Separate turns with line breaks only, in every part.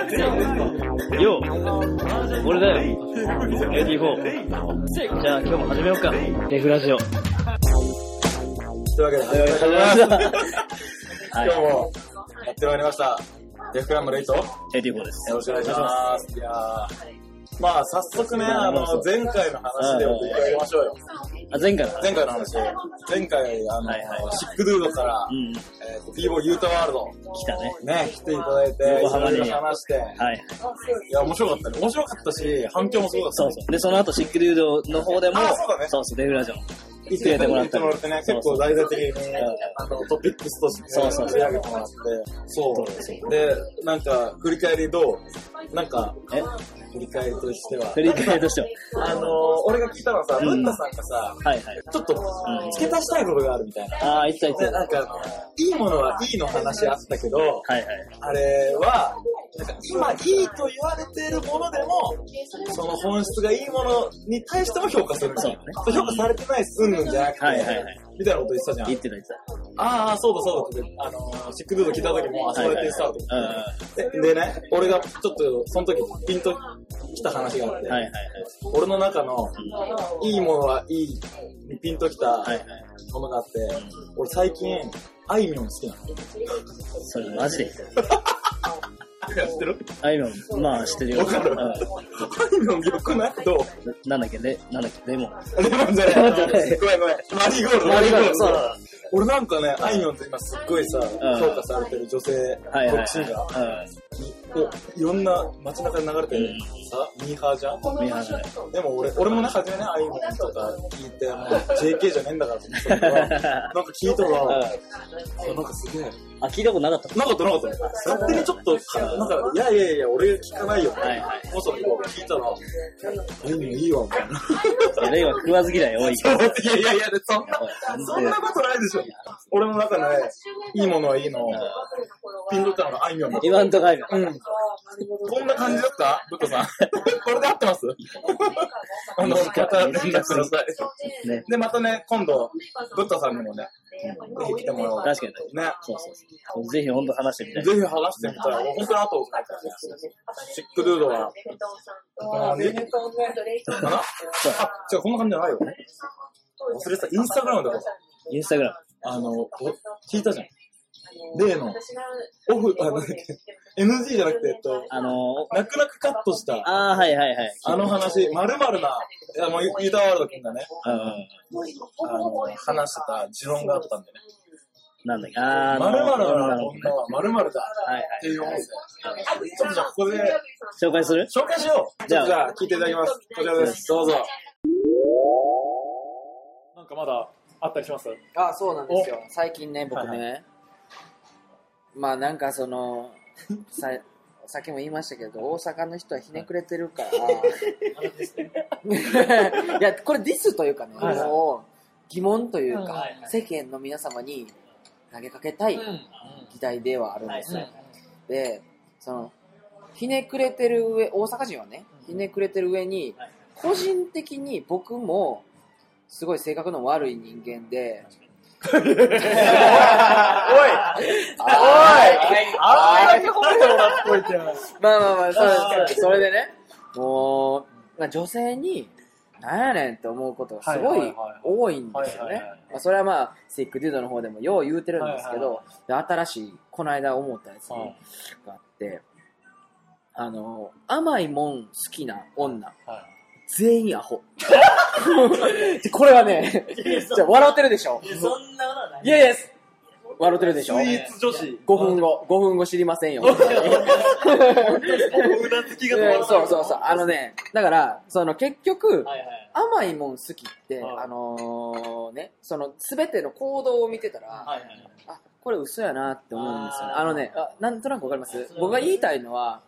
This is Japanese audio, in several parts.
よう俺だよ !84! じゃあ今日も始めようか。レフラジオ。
というわけで、始まりました。
は
今日も、やってまいりました。デフクラムレイト、よ
い。84です。
ろしくお願いします。いやーまあ、早速ね、あの、前回の話で振り返りましょうよ。
あ、前回だ。
前回の話、前回、あの、
はいはい
シックドゥードから
う、ん。来
えーと、b ボーユータワールド、
たね。
ね、来ていただいて、
横浜に
いろいろ話して、
はい。
いや、面白かったね。面白かったし、反響もすごかった。
そうそう。で、その後、シックリュードの方でも、
あそうだね
そうそう、レフラジオ。
言
てもらったり
言ってもらってね、結構大々的に、あの、トピックスとして
そうそうそう
取り上げてもらって、そう。で、なんか、振り返りどうなんか、
え
振り返りとしては
振。り返りとしては。
あのー、俺が聞いたのはさ、
うん
ブッダさんがさ、
はいはい。
ちょっと
ん
付け足したいことがあるみたいな。
あー、いったいっ
で、
た。
なんか、いいものはいいの話あったけど、
はいはい。
あれは、なんか今いいと言われているものでも、その本質がいいものに対しても評価するみたいな。そう評価されてないすんぬんじゃなくて、
はいはいはい
みたいなこと言ってたじゃん。
言ってた言って
ああ、そうだそうだって、あのー、シックドゥード聞いた時も、あ、
た。
そ
は
う
い
や
は
っ
い
てスタート。
うんうん
ででね、俺がちょっと、その時、ピンと来た話があって、
はいはいはい。
俺の中の、いいものはいい、にピンときた
はいはい。
ものがあって、俺最近、あいみょん好きな
それマジで言ってる。
の。知ってる
あいみょん、まあ知ってるよ。
わかる
うん
あいみょんよくないどう
ななんだっけ、レ、なんだっけ、レモン。
レモンじゃねえ。
レモンじゃねえ
ごめんごめん。マリーゴールド。
マリーゴールドそう
俺なんかね、あいみょんって今すっごいさ、
ん
評価されてる女性、ロ
はいはい、
ックシンガー
はい。
を、いろんな街中で流れてる
うん
さ、ミーハーじゃん
うん。見張らない。
でも俺、俺もね、初めね、あいみょんとか聞いて、もう JK じゃねえんだからと思って たけど、なんか聞いたら、あなんかすげえ。
あ、聞いたことなかった
なかったなかった。勝手にちょっと、なんか、いやいやいや、俺聞かないよ。
はいはい
もうそこ聞いたら、あいみょんいいわ、みたいな。
いや、レイは食わず嫌い多いから。
いやいやいや、そんな
おい
そんなことないでしょ。俺の中で、いいものはいいの。ピンときたのがあいみょんだった。
今んとこあいみょん
うん。こんな感じだったブッダさん。これで合ってますあの、また連絡ください。
ね。
で、またね、今度、ブッダさんにもね、ぜひ来てもらおう。
確かに
ね。
そうそうそう。ぜひ本当話してみたい。
ぜひ話してみたい。本当に後をつないからね。シックルードは、あーね、かな
そう。
あ、違う、こんな感じじゃないよ。忘れてた。インスタグラムだろ。
インスタグラム。
あの、お聞いたじゃん。例の、オフ、あ、なんだっけ、NG じゃなくて、えっと、
あのー、
泣く泣くカットした、
あー、はいはいはい。
あの話、まるまるな、いや、もう、ユータワールド君がね、
うんうん。
あの、話してた持論があったんでね、
なんだっけ、あー、
まるまる
な
な
るほどね
女はまるまるだ
はいはい
っていう音声。ちょっとじゃあ、ここで
紹介する
紹介しよう。
じ
じ
ゃ
ゃ
あ
あ、聞いていただきます。こちらです。どうぞ。
なんかまだあったりします
あそうなんですよ最近ね僕ね、まあなんかそのささっきも言いましたけど大阪の人はひねくれてるから いやこれディスというかね、
はいはい
もう疑問というか、
うんはいはい
世間の皆様に投げかけたい議題ではあるんですよ、でそのひねくれてる上大阪人はねひねくれてる上に
はい
個人的に僕もすごい性格の悪い人間で おい
あんだけ褒めてもらっといて。
まあまあまあ、そうですそれでね、もう、まあ、女性に、なんやねんって思うことがすご
はい
い
はいはいはい
多いんですよ
はいはいは
ね
いはい。
まあそれはまあ、シックデュードの方でもよう言うてるんですけ
はい
ど、で新しい、この間思ったやつが
はい
あって、あの、甘いもん好きな女、
は
全員 アホ。これはね、じゃあ笑ってるでしょ
い。そんなことない。
イエス笑ってるでしょ
スイーツ女子。
5分後、5分後知りませんよ。
うなずきが止まらな
えー
い。
そうそうそう。あのね、だから、その結局、
はいはい。
甘いもん好きって、
はい
あのーね、その全ての行動を見てたら、
はいはい。
あ、これ嘘やなって思うんですよね。
あー
あのね、あなんとなくわかりま
そう
す
ですね
僕が言いたいのは、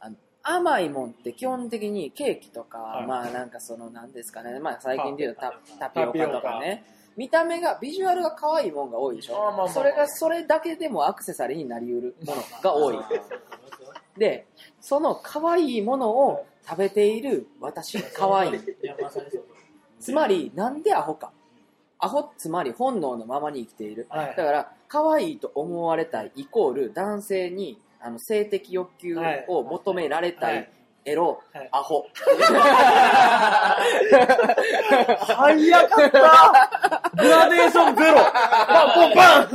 あの甘いもんって基本的にケーキとか、
はい
まあなんかそのなんですかね、まあ最近で言うとタタピ
タ
オ
ピオ
カ
カ
とかね、見た目が、ビジュアルが可愛いもんが多いでし
あーまあまあ
ょ
まあ。
それが、それだけでもアクセサリーになり得るもの が多い。で、その可愛いものを食べている私、可愛い。
いや、まさにそう。
つまり、なんでアホか。アホつまり本能のままに生きている。
は
だ
い。
から、可愛いと思われたいイコール男性にあの性的欲求を求められた
はい
いエロ、
はい
アホ。
早かったグラデーションゼロバンポンバン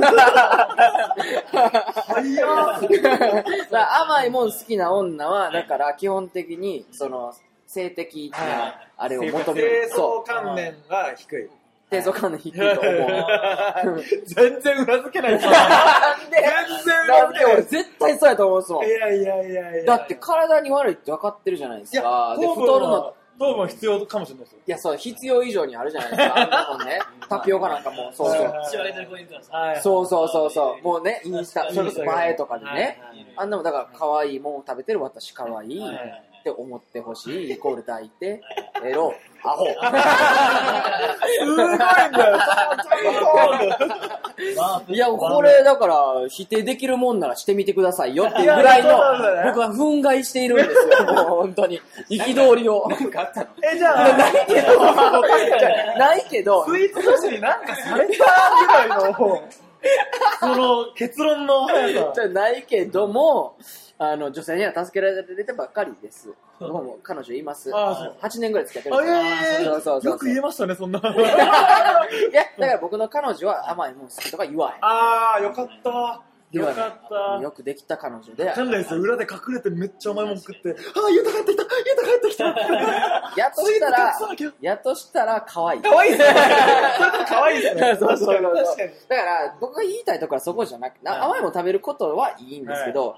だから甘いもん好きな女は、だから基本的に、その、性的
はい
な、あれを
早
求
っ
める
清。
そ
掃関連が低い。
う。低層感の低いと思う。
全然裏付けない。全
なんで、
然
な
裏
ん
付
で
けない
俺。絶対そうやと思うそう
い。やいやいやいや。
だって体に悪いって分かってるじゃないですか。で、
糖
太
分
るの
は、、糖分は必要かもしれないですよ。
いや、そう、必要以上にあるじゃないです か。あんなもんね。タピオカなんかも、そうそう。
一応上げてるポイントなんです
はい。
そうそうそうそう。もうね、インスタ、
イン
それこ
ス
そ
タ
映えとかでね。あんなもんだから、可愛いもんを食べてる私可愛い
は
っ
い
て思ってほしい。イコール抱いて、エロ、アホ。
すごいんだよ。
いや、これ、だから、否定できるもんならしてみてくださいよっていうぐらい
い
の
やそうだ、ね
僕は憤慨しているんですよ。もう本当に。憤りを。
え、じゃあ、
ないけど、ないけど、
スイーツ女子になんかされたぐらいの、その結論の速さ。
じゃないけども、あの、女性には助けられてばっかりです。僕も彼女います。
あそう
8年ぐらい付き合ってるんです
え
よ。そうそう
ー、
そう
よ
そ
く
う。
言えましたね、 そんな。
いや、だから僕の彼女は甘いもん好きとか言わへん。
あー、よかった。
言
よ
わな
か
い
った。
よくできた彼女で
わ、かんないですよ。裏で隠れてめっちゃ甘いもん食って、あー、ゆうた帰ってきたゆうた帰ってきた
やっとしたら
スイーツ隠さなきゃ、
やっとしたら可愛い。
可愛い っすね。それとも可愛いっすね。
そうそうそうそう
確かに。
だから、僕が言いたいところはそこじゃなくて、
はい
甘いもの食べることはいいんですけど、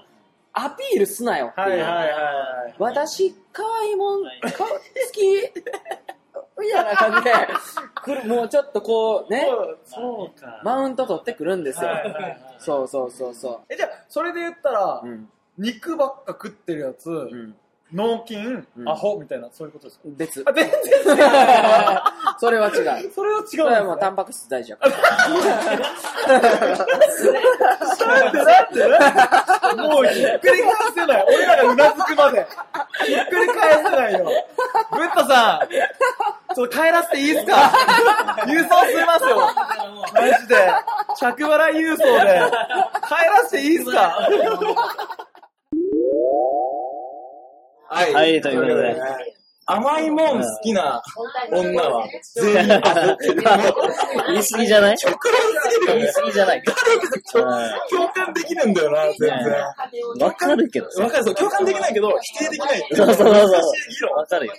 アピールすなよっていう。
はいはいはいはい。
私、可愛いもん、か好きみたいな感じで、くるもうちょっとこうね、
そうか。
マウント取ってくるんですよ。そうそうそうそ
え、じゃあ、それで言ったら
う。う、ん。
肉ばっか食ってるやつ、
うん。
脳筋、
うん
アホみたいな、そういうことですかあ、。
別
全然
それは違う。
それは違うんです
それはもうタ
ね。
ンパク質大事やか
な
ら。
んでなんでなんでもうひっくり返せない。俺らがうなずくまで。ひっくり返せないよ。ブッダさん、ちょっと帰らせていいですか郵送すいますよ。マジで。着払い郵送で。帰らせていいですか
はい
はいということで。
甘いもん好きな女は、全 員、
言い過ぎじゃない
極論すぎるよ
言い
ね。
過ぎじゃないか。うん
共感できるんだよな、全然。
わかるけどさ
わかる、そう、共感できないけど、否定できない。
そうそうそうそう
難しい議論
わかるよ。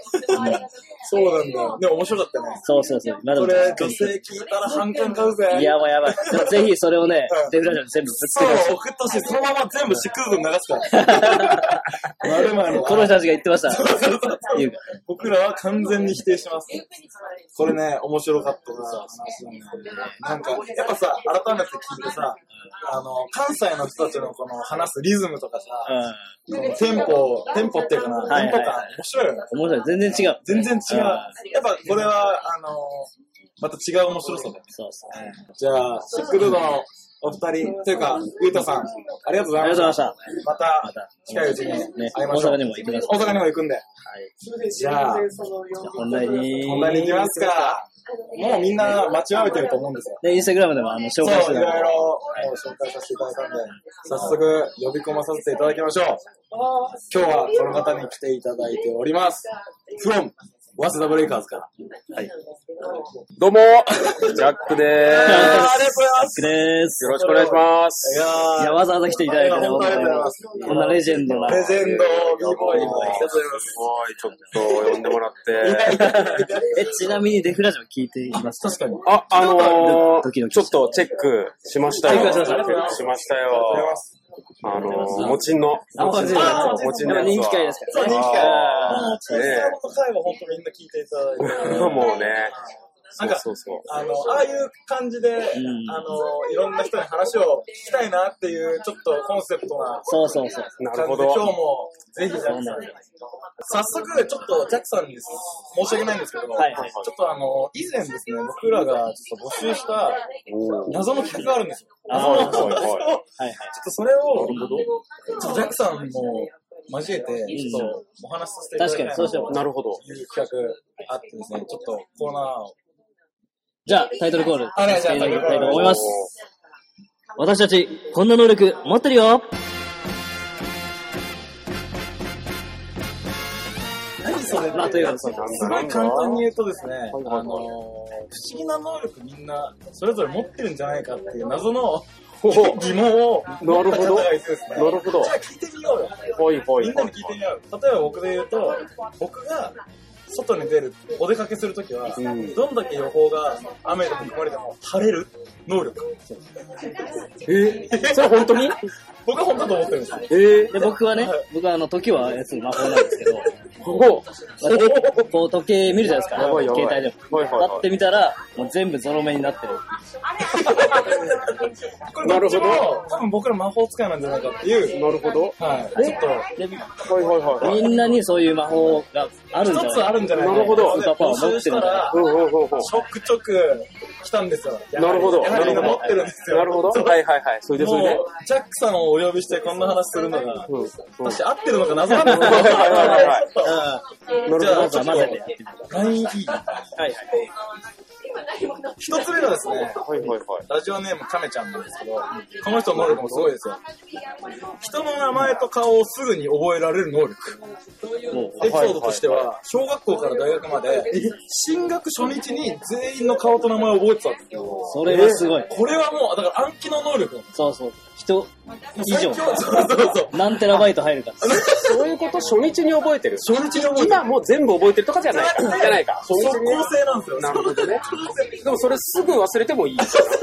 そうなんだよ。でも面白かったね。
そうそうそう。まだ
そ
ま
れ
だ、
女性聞いたら反感買うぜ。
いやばい やばい。でもぜひそれをね
うん、
デフラジオに全部ぶつ
そ
け
う
てほし、
送ってほしい。そのまま全部シクーブ流す から。まるまる
い。この人たちが言ってました。言うか
僕らは完全に否定します。これね、面白かったな。なんか、やっぱさ、改めて聞いてさ、あの、関西の人たちのこの話すリズムとかさ、
ら。うん。
このテンポ、テンポっていうかな、
はいはい
テンポ感、面白いよね。
面白い。全然違う。
全然違
う
う。
ん
やっぱこれは、あの、また違う面白さだね。
そうそう。
じゃあ、シックルードのお二人、というか、ゆうたさん、ありがとうご
あ
ざ
りがとうご
いまし。
ざいました
ま
た。ま
た、
た、
近いうちに
ね、
会
大
いましょう
阪にも行ってくださ
大阪にも行くんで、
い。
じゃあ、
じゃあ本題に。
本題に行きますか。もうみんな待ちわびてると思うんですよ。
で、インスタグラムでもあの
そ
紹
う、
介して
いろいろ
た。
もう紹介させていただいたんで、早速呼び込まさせていただきましょう。今日はこの方に来ていただいております。from 早稲田ブレイカーズから。
どうも、ジャックで
ありがとうございます。
くでーす。
よろしくお願いします。
いや
いや、
ー
わざわざ来ていただいてね、
本
本
当にありがとう
当
ございます。
に。こんなレジェンドな。
レジェンド、ビーボーイの。ありがとうございます
すごい、ちょっと呼んでもらっ
いや
て。
いや
え、ちなみにデフラジオ聞いています
確かに。
あ、あの
ドキド
ー、
キ
ちょ
し
っとチェックしましたよ。
チェックし
チ
まし
ェ
た
ックしました
ありがとうござい
よ
ま。す。
あのー、持ちんの。
あ持ちんの
やつ
持ちんのやつは。
人気会です
そう、人気会。もう、チーさんの会は本当みんな聞いていただいて。
ねえもうね、
な
そ
ん
う
か、
そうそう。
あの、ああいう感じで、
ん
あの、いろんな人に話を聞きたいなっていう、ちょっとコンセプトな
そうそうそう。
なる
感
ほ
じで、
ど。
今日も、ぜひジャックさんに。早速、ちょっとジャックさんに申し訳ないんですけど、
はい
ちょっとあの、以前ですね、僕らがちょっと募集した謎の企画があるんですよ。
あ
はい
そ
は
う
い
ちょ
は
はい
っとそれを、
なるほ
ちょっとジャックさんも交えて、ちょっとお話しさせていただ
確
きた
か
い
に、
なと
そうしても
い。。なるほど。
いう企画あってですね、ちょっとコーナーを
じゃあ、タイトルコール。
あねじ
し
ゃあ
ていただきたいと思います。私たち、こんな能力持ってるよ
何それ
まあというわけでそ
そ
うう
すごい簡単に言うとですね、あの
い
ー、不
はいはい
思議な能力みんな、それぞれ持ってるんじゃないかっていう謎の疑問を、
なるほど
方がいてですね。
なるほど
じゃあ聞いてみようよ。
ほいほい
みんなに聞いてみよう。例えば僕で言うと、僕が外に出る、お出かけするときは、
うん
どんだけ予報が雨でも曇りでも晴れる能力。
えそれ本当に
僕は本当だと思ってるんですよ。
えー、
で、僕はね
はい、
僕はあの、時は操る魔法なんですけど、
ほ
まあこう時計見るじゃないですか、
やばいやばい
携帯でも。
はいはいはい
やってみたら、もう全部ゾロ目になってる。
これどっちも
なるほ
多分僕ら魔法使いなんじゃないかっていう。
なるほど。
はい。ちょっ
で、
はいはいはいはい。
みんなにそういう魔法があるんじゃ
と、
ない
一つあるんじゃないか
なるほど
で募集したら
うんうんうんうん
ちょくちょく来たんですよ。
なるほど
やはり持ってるんですよ。
なるほど。
そう
はいはいはい。それでそれで
も。う、ジャックさんをお呼びしてこんな話するのが、
うんうん
私合ってるのか謎なんですけど、
はいはいはいはい
ちょっと
なる
じゃ
ほ
あ
ど。
ちょっと
混ぜてやってみ
何いい一つ目がですね、
はいはいはい。
ラジオネームカメちゃんなんですけど、この人の能力もすごいですよ。人の名前と顔をすぐに覚えられる能力。エピソードとしては、小学校から大学まで、進学初日に全員の顔と名前を覚えてたんですよ。
それはすごい。
これはもう、だから暗記の能力なんです
そうそう。人以
最
上
強。そうそうそう。
何テラバイト入るか。
そういうこと初日に覚えてる。
初日に覚えて
今もう全部覚えてるとかじゃない。じゃないか。初
そ
日
う
にね
構成なんですよ。
なるほどね。でもそれすぐ忘れてもいい。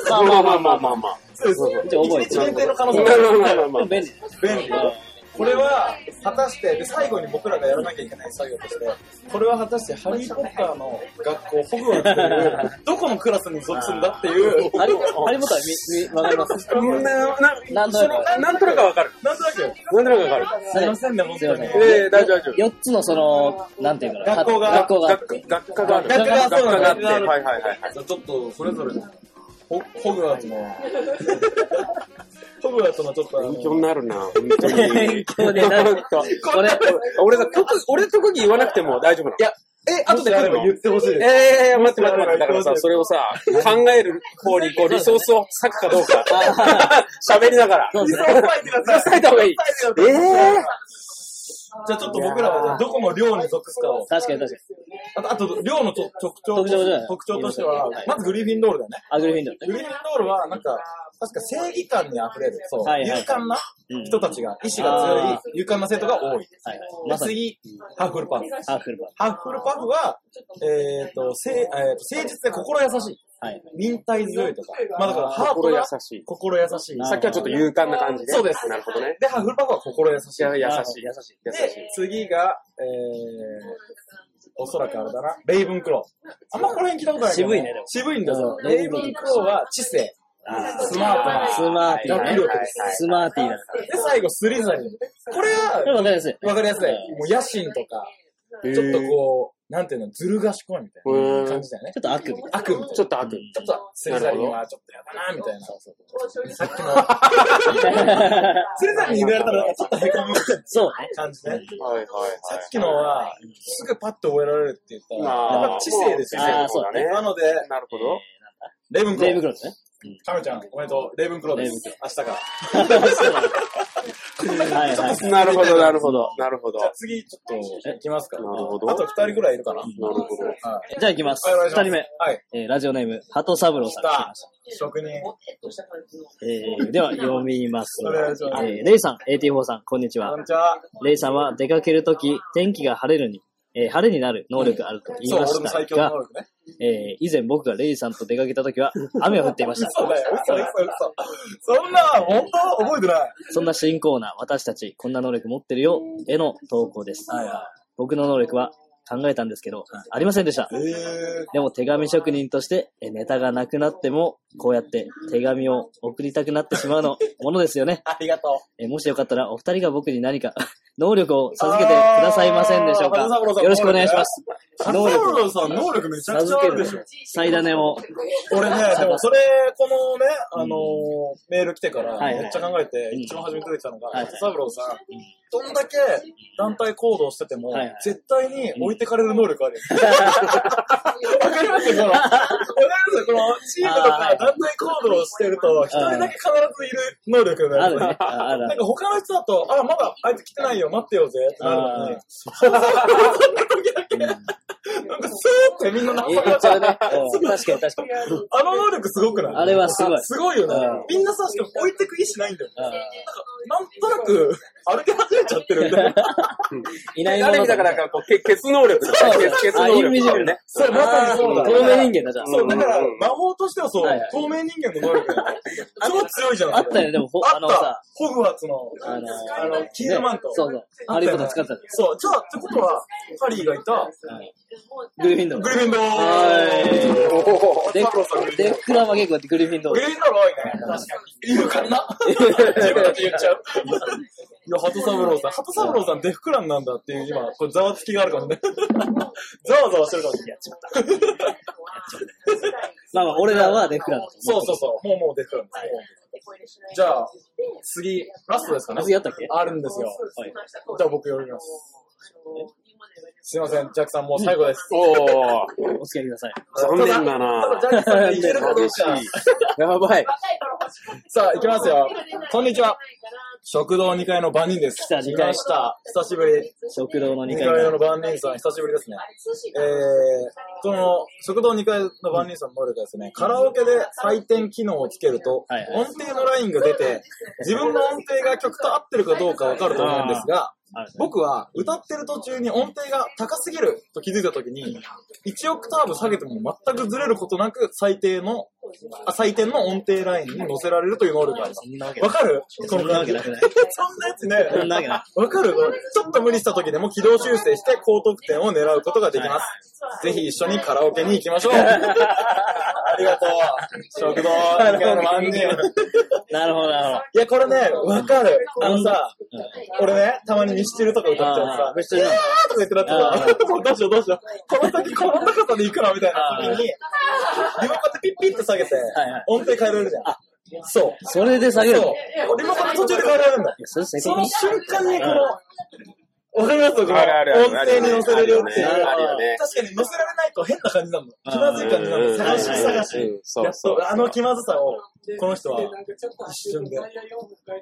まあまあまあまあまあまあ。
そうです。
じゃあ覚えて
一日限定の可能性
ま
もある
あまあまあまあ。
便利。
便利これは果たしてで最後に僕らがやらなきゃいけない作業としてこれは果たしてハリー・ポッターの学校ホグワーツというどこのクラスに属するんだっていう
ハリハリボタンみ、み、わかります。なんとなく。
なんとなくわかる。
なんとなく
なんとなくわかる。
すいませんね本
すい
当
ま
に
せん。
ええ大丈夫大丈夫
4つのその、なんていうかな。
学校が
学校があっ
学
て。
学科がある。
学科がそう
学科が
な
あっ
ん
て。
だ
はいはいはい。
ちょっとそれぞれホホグワーツのホグワーツのちょっとあの
勉強になるな、本当に。
勉強になる
これ、俺が特、俺の特技言わなくても大丈夫なの。いや、え、後で
あ
来
れ
る
ば
の
言ってほしいです
ええ待って待って待って。だからさ、それをさ、考える方にこう、リソースを割くかどうか。 喋りながら。
そうですね。
割いた方がいい。ええ
じゃあちょっと僕らはじゃあどこの寮に属すかを
確かに確かに。
あとあと寮のと特徴
特徴じゃない
特徴としてはまずグリフィンドールだね
アグリフィンドル
グ
ね。
リフィンドールは、なんか、確か正義感に溢れる、そう、
はいはい
勇敢な人たちが、意志
あ
が強い、勇敢な生徒が多い。
はいはい。
で
まさに、
次、ハッフルパフ。
ハーフルバー。
ハッフルパフは、えっ、と、せいえーと誠実で心優しい。
はい。
忍耐強いとか。まあだから、ハート
心優
が
しい。
心優しい。
な
さっきはちょっと勇敢な感じで。
そうです
なるほどね。
で、ハッフルパフは心優し
い
い。
や、優しい。
優しい。
優しい。
で、次が、えー、おそらくあれだな、レイブンクロー。あんまこの辺聞いたことないけど
渋いねでも
渋いんだよ
う。ん
レイブンクローは知性、
あ
スマートな
ースマーティー
学
ね
力。です。
スマーティーな。
で、最後、スリザリン。これ
これ
は、
わかりやすい。
わかりやすい。もう、野心とか、
へー
ちょっとこう、なんていうの、ずる賢いみたいな感じだよね
ちょ。っと悪み
悪みたいな。
ちょっと悪意。
ちょっと、スリザリンはちょっとやだな、みたいな。さっきの、
たいな。
スリザリンに入れられたら、ちょっと凹む
そうね。
感じね。
はいはいはい。
さっきのは、すぐパッと覚えられるって言ったら、
ま
や
あ
っぱ知性ですよ
あ
ね
ー。そうだ
ね
なので、
なるほど。
レイブンク
レイ
ロ
ブ
ー。
クローですね。
カメちゃん、おめでとう。レイブンクローです。明日から。
はいはい。
なるほど、なるほど。なるほど。
じゃあ
な
次、ちょっと、行きますか。
るほ
あ
ど。
と二人ぐらいいるかな。
なるほど。
はい
じゃあ行きます。
はいお願
二
いします
人目。
はい。
えーラジオネーム、鳩三郎さんから来ました。
職人。
えーでは、読みます。
お願いします
えーレイさん、AT4 さん、こんにちは
こん。にちは。
レイさんは出かけるとき、天気が晴れるに、えー晴れになる能力あると言
そ、
いうま
俺
し
の最
た
強の
が
能、力ね。
えー以前僕がレイさんと出かけたと きは、雨が降っていました。
そうだよ、嘘嘘嘘。そんな、本当覚えてない。
そんな新コーナー、私たちこんな能力持ってるよ、への投稿です。僕の能力は考えたんですけど、ありませんでした。
え
でも手紙職人として、えネタがなくなっても、こうやって手紙を送りたくなってしまうの、ものですよね。
ありがと
えもしよかったら、お二人が僕に何か 能力を授けてくださいませんでしょうか。
あー花三郎さん
よろしくお願いします。能
サブ
力を
ロさん能力めちゃくちゃあるでしょ。
最大値を。
俺ね、でもそれ、このね、あのーメール来てから、
はいはい
めっちゃ考えて、
うん
一番初めに出てきたのが、
はい
サブローさん、どんだけ団体行動してても、
はいはい
絶対に置いてかれる能力あるよ。わかりますこの、わかりますこの、チームと
あーは
か
い
団体行動してると、一人だけ必ずいる能力が
あ
ある
るね。ああるあ る
なん。か他の人だと、あ、まだあいつ来てないよ、待ってよぜ、ってなるのに、
あ
なんかスーってみんな
え
仲
言
間が
っちゃう ね。うん確かに確かに。
あの能力すごくない
あれはすごい。
すごいよ
う
ね
ん。
みんなさ、しかも置いてく意思ないんだよね。
うん
なんとなく、歩き始めちゃってるみたいな。
い
あ
ないも
る意
の
味だから、こう、け決能力。決決
あ、
能
イ
力
ンビジブルね。。
そう、まさにそうだ。
透明人間だじゃん。
そう、だから
うん、
魔法としてはそう
はいはい、
透明人間の能力 だよね。超強いじゃん。
あったよね、でも、ほ
あ
あ
っ
のさ
た。。ホグワーツの、
あの
あの、キールマント。
そうそう。ハリーポッター使ってたんです。
そう、じゃあ、ってことは、ハリーがいた、
グリフィンドール
グ。リフィンドー。
は
お
い。で
サブローさんグリ、フィン
で、クラマ結構グリフィンドー
グ
ル。
リフィンドー多いね。確かに。いるか な自分たち言っちゃう。いや、鳩三郎さん、鳩三郎さんデフクランなんだっていう、今、これざわつきがあるかもね。ざわざわしてるかもしれない。
まあまあ、俺らはでクラマ。
そうそうそう、もうもうデフクランです。もうじゃあ、次、ラストですかね。
次あったっけ
あるんですよ。
はい
じゃあ僕呼びます。すいません、ジャックさんもう最後です。
おー
お付き合いください。
残念だな
ただジャックさんにいけるかど うか。
やばい。
さあ、行きますよ。こんにちは。食堂2階の番人です。
来た二階
来ました。久しぶり。
食堂の2
2
階
階
の
の番人さん、久しぶりですね。えー、この食堂2階の番人さんの能力はですね、カラオケで採点機能をつけると、
はいはい
音程のラインが出て、自分の音程が曲と合ってるかどうかわかると思うんですが、
あるね
僕は歌ってる途中に音程が高すぎると気づいた時に、1オクターブ下げても全くずれることなく最低の、あ採点の音程ラインに乗せられるという能力があります
そ。んなわけな
わ
い。
かる
そんなわけなくない
そんなやつね。
そんなわけない。
わかるちょっと無理した時でも軌道修正して高得点を狙うことができます。ぜひ一緒にカラオケに行きましょう。ありがとう。食堂、2階の万人。
なるほど、なるほ
いや、これね、わかる。あのさ、俺ね、たまにミスチルとか歌っちゃう
あ
さ
ー、ミスチ
い
ル
や
ね
ーとか言ってなってさ、もうどうしようどうしよう。この先この高さで行くなみたいな時に、リモコンでピッピッて下げて
はいはい、
音程変えられるじゃん。そう。
ど。それで下げる
そ
の
う
い。
リモコンの途中で変えられるんだ。
や、それ世
そ
界
の
に。
瞬間にこの、わかりますこの
あるあるある
音声に乗せれるっていうのは
あるよね
確かに乗せられないと変な感じなの。気まずい感じなの。探し探し。
うんそ
や
う
っ
そう。
と、あの気まずさを、この人は、一瞬で。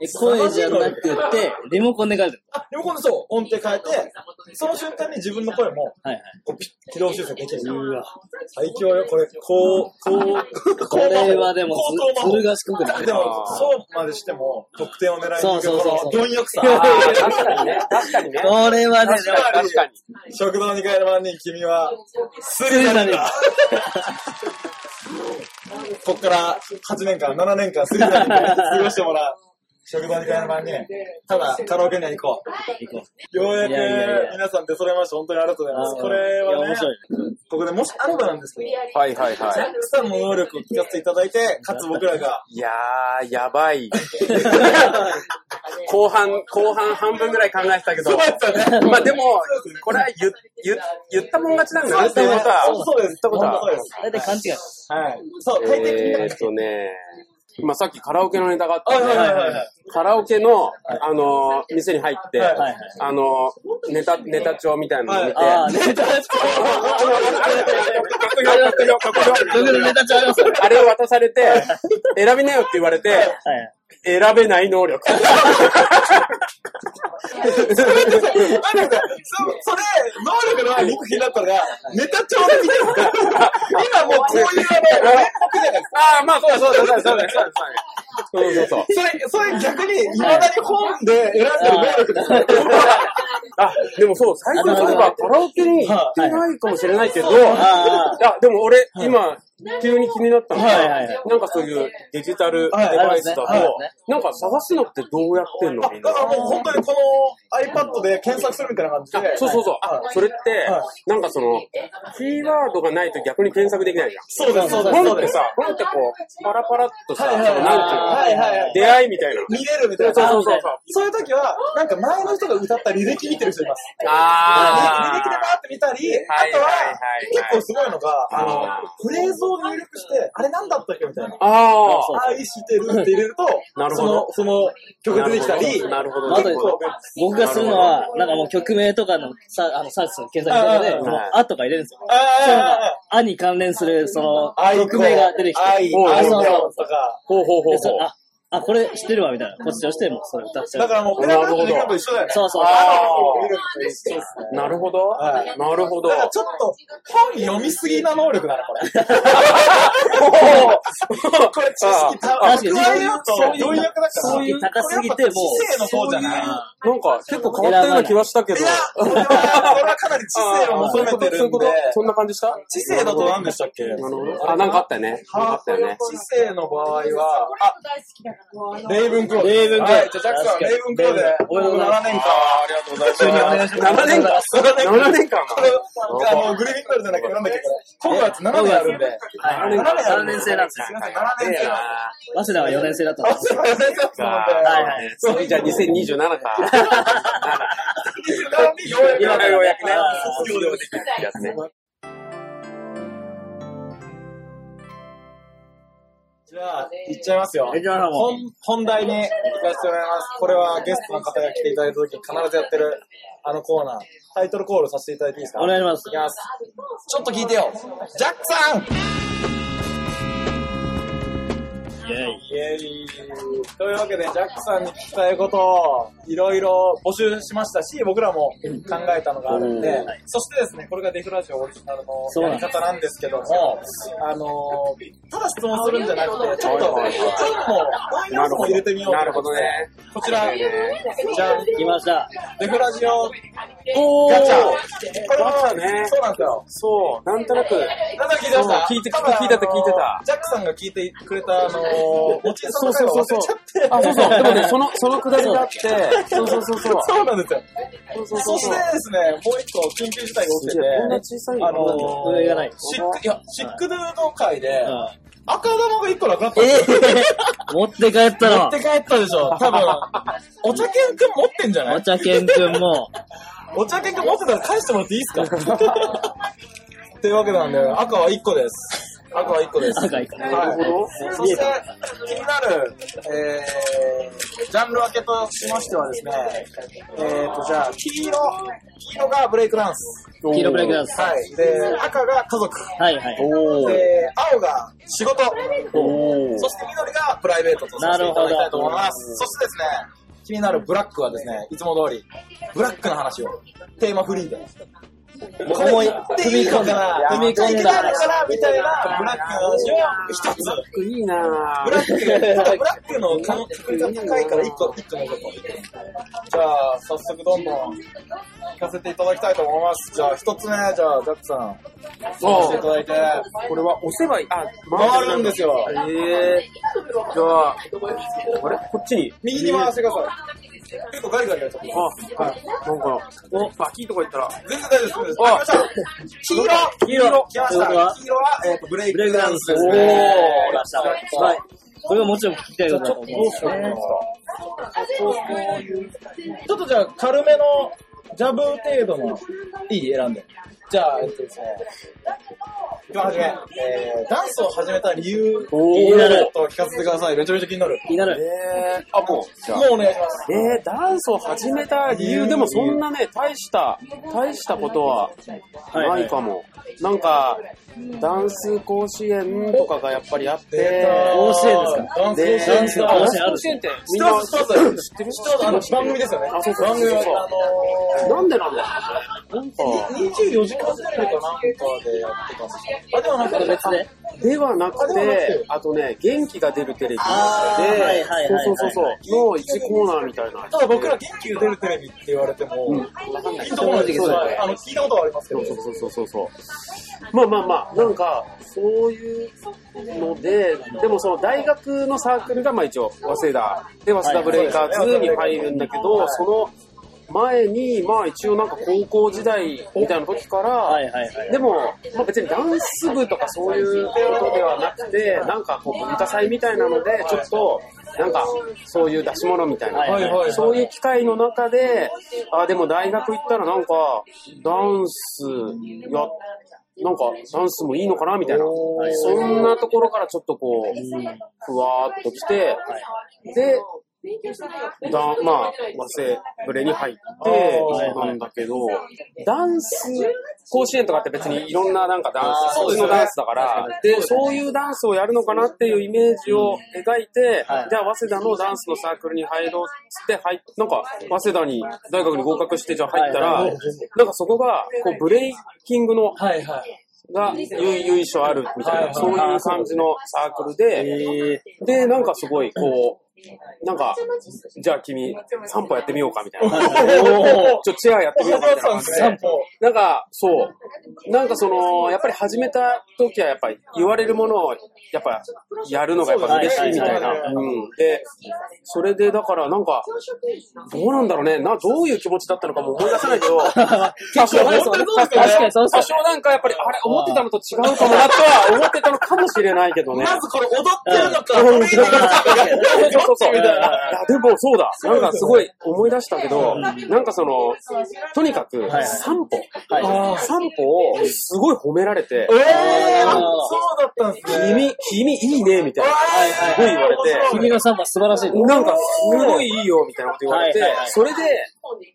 え、声じゃなくて、リモコンで書いてる。
リモコンでそう、音程変えて、その瞬間に自分の声も、
はいはい。
こうピッ軌道修正できる。うわ。最強よ、これ。こう、こう、
これはでも
こうこう、
ずずる賢くない
でも、そうまでしても、得点を狙いに行
そうそうそうそ
く、
う
この、貪欲さ。
確かにね。確かにね。
これはね、
確かに。
食堂に帰る番人、君は、スリルなんだ。こっから8年間、7年間、スリルなんで過ごしてもらう。食堂に帰る番人、ただ、カラオケには行こ
行こう。
う。ようや
いやいやい
く、
や
皆さん出揃えました。本当にありがとうございます。これ
いや
は
面
ね、
白いね。
ここでもしあればなんですけど、
はいはい
ジャ
は
ックさんの能力を聞かせていただいて、かつ僕らが、
い。いやー、やばい。後半、後半半分ぐらい考えてたけど。まあでも、これは言、言、言ったもん勝ちなんだなっていうことは。
そうです。
たことは
そうです。
大体勘違いです。
はい。そう、大抵聞いた
えーっとね、今さっきカラオケのネタがあっ
はい
たん
はい
で、
はいはい。
カラオケの、あのー、店に入って、
はい
はいはい
あのー、ネタ、ネタ帳みたいなのを見て、
ああ、ネタ帳。
確認確認確認
僕のネタ帳あります。
あれを渡されて、選びなよって言われて、
はい。
選べない能力。
なんか、そ、それ、能力のない肉品だったら、ネタ帳で見てるから、今もうこういうあの、連告じゃないですか。
ああ、まあ、そうだそうだそうだそうだそうだ。そうそうそう。
それ、それ逆に、未だに本で選んでる能力ですね。
あ、でもそう、最近そういえばカラオケに行ってないかもしれないけど、
ああ。
あ、でも俺、今、急に気になったのが、
はいはいは
なんかそういうデジタルデバイスだと、
はいありますね
なんか探すのってどうやってんのみんな
だ。からもう本当にこの iPad で検索するみたいな感じで。
そうそうそう。あそれって、なんかその、キーワードがないと逆に検索できないじゃん。
そうです、そうです、
本
そう
って
です。
さ、本ってこう、パラパラっとさ、そのなんていうの
はいはいはい
出会いみたいな。
見れるみたいな。
そうそうそうそう
そういう時は、なんか前の人が歌った履歴見てる人います。履
あ
歴でバーって見たり、
はい
あと
はいはい
は、結
はい
構すごいのが、あの、フレーズを入力して、あれなんだったっけみたいな。
ああ。
愛してるって入れると、
なるほど
その、その曲出てきたり、
なるほど。
あ
な
と
るほど。
僕がするのは、なんかもう曲名とかのさ、あの、サーチする検索とかで、
うん
その、あとか入れるんですよ。
あ
そういうの
あ
が、あに関連する、その、
愛
曲名が出てきて。
愛、
あ
愛
そう
の
そう
とか。
ほうほうほう
でそれ
ほう。
あ、あ、これ知ってるわ、みたいな。こっち押して、もうそれ歌っちゃ
だ
う
か。らもう、ペラペラってできるのと一緒だよね。
そうそうそう。
あー見るのと一緒ですね
なるほど。
はい
なるほど
だか。らちょっと、本読みすぎな能力なの、これ。これ知識た、
あ確かに
加えようと、貪欲だから。
そういう高すぎて、もう、
知性の方じゃない。い
なんか、結構変わったような気はしたけど。
や、これは、これはかなり知性を求めてるんで、
そんな感じしたな
知性だと何でしたっけ
るほど。あ、なんかあったよね。なんかあったよね。
知性の場合は、あ、
大好きだから。
レイブンクロー
レイブンクロー
はい、じゃあジャックさん、レイブンクローで、
おめでとうございます
7年間、ありがとうございます。
7年間 ?7 年間
これ、あの、グレビックルじゃなくて、なんだっけ、これ。コグワーツ7年あるんで。
はい、3年生なんですよ。
すいません、7年生なんで。
早稲田は4年生だったん
あ、
です
すいません、7年生なんで。
はいはい
そう、じゃあ2027か。
27でようやく。
今がようやくね
あ、
卒業できるやつね。
じゃあ、いっちゃいますよ
よ。。じゃあもう
本、本題に行かせてもらいます。これはゲストの方が来ていただいた時に必ずやってる、あのコーナー。タイトルコールさせていただいていいですか
お願いします
いきます。ちょっと聞いてよ。ジャックさん
イェイ。
イエーイというわけで、ジャックさんに聞きたいことをいろいろ募集しましたし、僕らも考えたのがあるんで、そしてですね、これがデフラジオオリジナル
そう
の
なん
やり
です
方なんですけども、あのー、ただ質問するんじゃなくて、ちょっと、
はいはいはい
ちょっともう、音楽も入れてみよう
なるほどね。
こちら、じゃあ、
来ました。
デフラジオ
お
ガチャ。これ
ガ
は
チャね
そうなんですよ。
そう、なんとなく。
なんか聞いてました
そう聞いて聞いた聞いた聞いてた
ジャックさんが聞いてくれた、あのー、おちんさんの回を忘れちゃって。
あ、そう そう。でもね、その、そのくだりがあって、そうそうそうそう。
そうなんですよ。
そうそうそ
そうして
そう
ですね、もう一個緊急事態が起きて
こんな
て、
小さい
あ
の
の
上がない
シック、いや、シックドゥの回で、赤玉が一個なくなったん
え
ですよ。
ー持って帰った
持
の
っ。て帰ったでしょ 多分、お茶犬くん持ってんじゃな
お
い
茶けんくんも、
お茶犬くん持ってたら返してもらっていいで すかっていうわけなんで、赤は一個です。赤は一個です。
赤いから。
なるほど。そして、気になる、えー、ジャンル分けとしましてはですね、えーと、じゃあ、黄色。黄色がブレイクダンス。
黄色ブレイクダンス。
はい。で、赤が家族。
はいはい。
で、青が仕事。そして緑がプライベートとさせていただきたいと思います。そしてですね、気になるブラックはですね、いつも通り、ブラックの話を、テーマフリーで。これ言っていいのかな
踏み込んだ
いけないのかなみたいな、ブラックの話を一つ。
いいな
ブラック、ただブラックの可能確率が高いから1個、1個残こうじゃあ、早速どんどん聞かせていただきたいと思います。じゃあ、1つ目、じゃあ、ジャックさん、聞かせていただいて、
これは押せばいい。あ、
回るんですよ。
ええー。じゃあ、あれこっちに。
右に回してください。結構ガリガリやっちゃってます。
あ、はい。なんか、お、バキーとか言ったら。
全然大丈夫です。あ、来ました黄色
黄
来
色
ま
ということは
した黄色は、えっと、ブレイ
ブレイ
ク
ク
ダ
ダ
ン
ン
ス
ス
で
ですす
ね
ね。。来ました。はい。これはもちろん聞きたいことだと思うんですよね。
ちょっとじゃあ、軽めの、ジャブ程度の、いい選んで。じゃあ、えっとですね。一番初め、えー、ダンスを始めた理由
おー
気になると聞かせてください。めちゃめちゃ気になる。
気になる。
えー、あ、もう、じゃあ
もうお願いします。
えー、ダンスを始めた理由でもそんなね、大した、大したことはないかも。なんか、ダンス甲子園とかがやっぱりあって、
甲子園です
かダンス
で、
甲子園
ダンス
ダンス甲子園って
知って
みんな
ます、知ってます。知ってます。あの、番組ですよね。
あそうそうそう
番組は、あのー、
なんでなんだなんか、
24時間テレビかなんかでやってたんですよあ、ではなくて、
別で。
ではなく
あではなくて
て、あとね、元気が出るテレビで、
あーはいはいはいはい
そうそうそうそう、の1コーナーみたいな。
ただ僕ら元気出るテレビって言われても、聞いたことないです
そうだよね
あの、聞いたことはありますけ
そ
ど
う。そうそうそうそう。まあまあまあ、なんか、そういうので、でもその大学のサークルが、まあ一応、早稲田で、早稲田ブレイカーズに入るんだけど、その前に、まあ一応なんか高校時代みたいな時から、
はいはいはい。
でも、まあ、別にダンス部とかそういうことではなくて、なんかこう文化祭みたいなので、ちょっと、なんかそういう出し物みたいな、
はいはいはい
そういう機会の中で、あ、でも大学行ったらなんか、ダンスや、なんかダンスもいいのかなみたいな、そんなところからちょっとこう、ふわーっと来て、で、だまあ、和製ブレに入って
あ
なんだけど、ダンス、甲子園とかって別にいろんななんかダンス、そっちのダンスだから、で、そういうダンスをやるのかなっていうイメージを描いて、じゃあ早稲田のダンスのサークルに入ろうっつって入っ、なんか早稲田に、大学に合格してじゃあ入ったら、
はい
なんかそこが、こうブレイキングの
はいはい。
が由由緒あるみたい
はい
な、そういう感じのサークルで、で、なんかすごい、こう、なんか、じゃあ君、散歩やってみようかみたいな。
お
ちょ、チェアやってみようかみたいな感じで。
散歩。
なんか、そう。なんかその、やっぱり始めた時はやっぱり言われるものを、やっぱやるのがやっぱ嬉しいみたいな。
そうですね
うん。で、それでだからなんか、どうなんだろうね。な、どういう気持ちだったのかも思い出せない けど、
そうで
多少、
すよね確かにそうですよね
多少なんかやっぱり、あれ、思ってたのと違うかもなとは思ってたのかもしれないけどね。
まずこれ踊ってるのか、
うん
踊ってるのか、
そうそうそ
み
う。
たいな
あでもそうだ。なんかすごい思い出したけど、なんかその、とにかく
はい
散歩。
は
散歩をすごい褒められて、
えー、
あー
そうだったんですね。
君、君いいね、みたいな。
はい
すごい言われて
い。君のサンバ素晴らしい。
なんか、すごいいいよ、みたいなこと言われて
はいはいは、い
それで、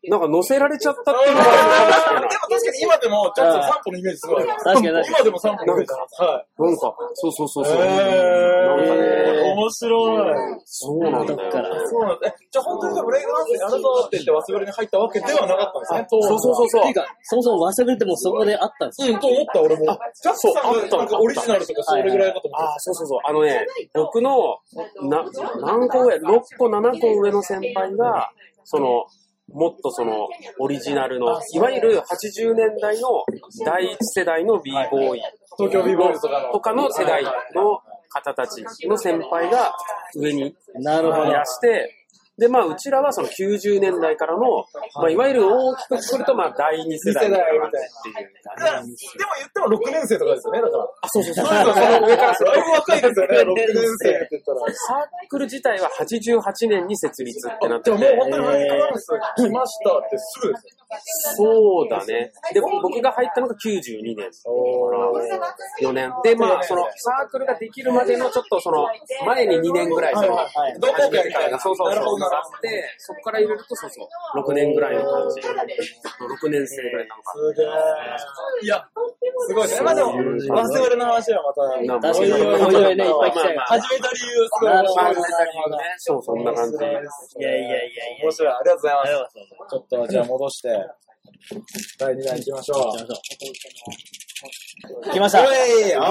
なんか乗せられちゃったってい
で
うの
も
があるのかもしれない
確かに今でも、ちょっと散歩のイメージすごいあります。
確かに確かに
今でも散歩のイメージあ
なんか、そうそうそう
ります。
そう。
はい。えー、
なんかね、
面白い。
そうなん
ど
だ
っから
よ。
そうなんだ。えじゃあ本当にじゃあブレイクダンスやるぞって言って、忘れに入ったわけではなかったんですね。
そうそうそうそう
ていう。か、そもそも早稲田ってもうそこであったんですよ。
うん、と思った、俺も。ジャック
そう
さん
あ
が
った
なんかオリジナルとかそれぐらいだと思
ああ、そうそうそう。あのね、僕の、な、何個上、6個、7個上の先輩が、その、もっとその、オリジナルの、いわゆる80年代の第一世代の b ボーイ
う。東京ビーボーイズとかの。
とかの世代の方たちの先輩が上に
なるほ
い
ど。
らして、で、まあ、うちらはその90年代からの、まあ、いわゆる大きくくくると、まあ、第二世代
二世代みたいな
っていう
だからでも言っても6年生とかですよね、だから。
あ、そうそうそう。
そうそう、その上からすると。だいぶ若いですよね、6年生って言ったら。
サークル自体は88年に設立ってなっ
で
て
ももう本当にブレイク
て、
ダンス来ましたってすぐですよ。
そうだね。で、僕が入ったのが92年。4年。で、まあ、その、サークルができるまでの、ちょっとその、前に2年ぐらい、その、
はい同好会みたいな。
そうそう
な
そ
るほ
う、
どなる
あって、そこから入れると、そうそう、6年ぐらいの感じ。6年生ぐらいなのか
ほど。すげえ。いや、すごいですね。まあでも、忘れの話はまた、
な。
確かに
おいおいおいねいっ
ぱい来ちゃう
まあまあまあ
始めた理由、すごい面白いです。
そう、そんな感じ。
いやいやいやいや。
面白い。ありがとうござい
あ
ま
り
す
がとう。ございます
ちょっと、じゃあ戻して、第2弾行きましょう。
来まし
ブ
た。
レイ青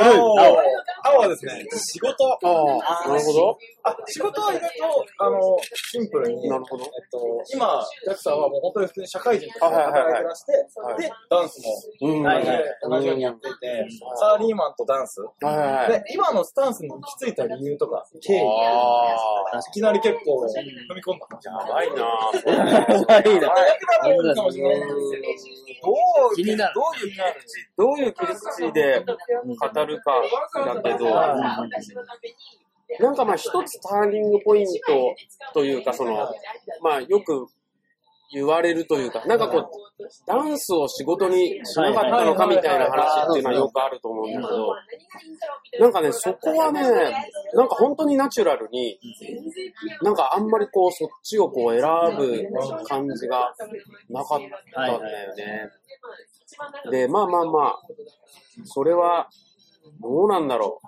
青はですね、仕事。
ああ、なるほど。
あ、仕事は意外と、あの、シンプルに、えっ
な
と
るほど。、
今、ジャクさんはもう本当に普通に社会人として
あはいはいはい
働いてらして、
はい
で、ダンスも
うん。
は
はいい
は
はいい
同じようにやっていて、サラリーマンとダンス。
はい。
で、今のスタンスに行き着いた理由とか、経緯、い
ああ、
きなり結構踏み込んだ感じ。
やばいな
悪いな。
大学なのかもしれないですけど、どう
気になる。
どういう切り口、どういう切り口で語るかだけど、なんかまあ一つターニングポイントというか、その、まあよく言われるというか、なんかこう、ダンスを仕事にしなかったのかみたいな話っていうのはよくあると思うんだけど、なんかね、そこはね、なんか本当にナチュラルに、なんかあんまりこう、そっちをこう選ぶ感じがなかったんだよね。で、まあまあまあ、それは、どうなんだろう。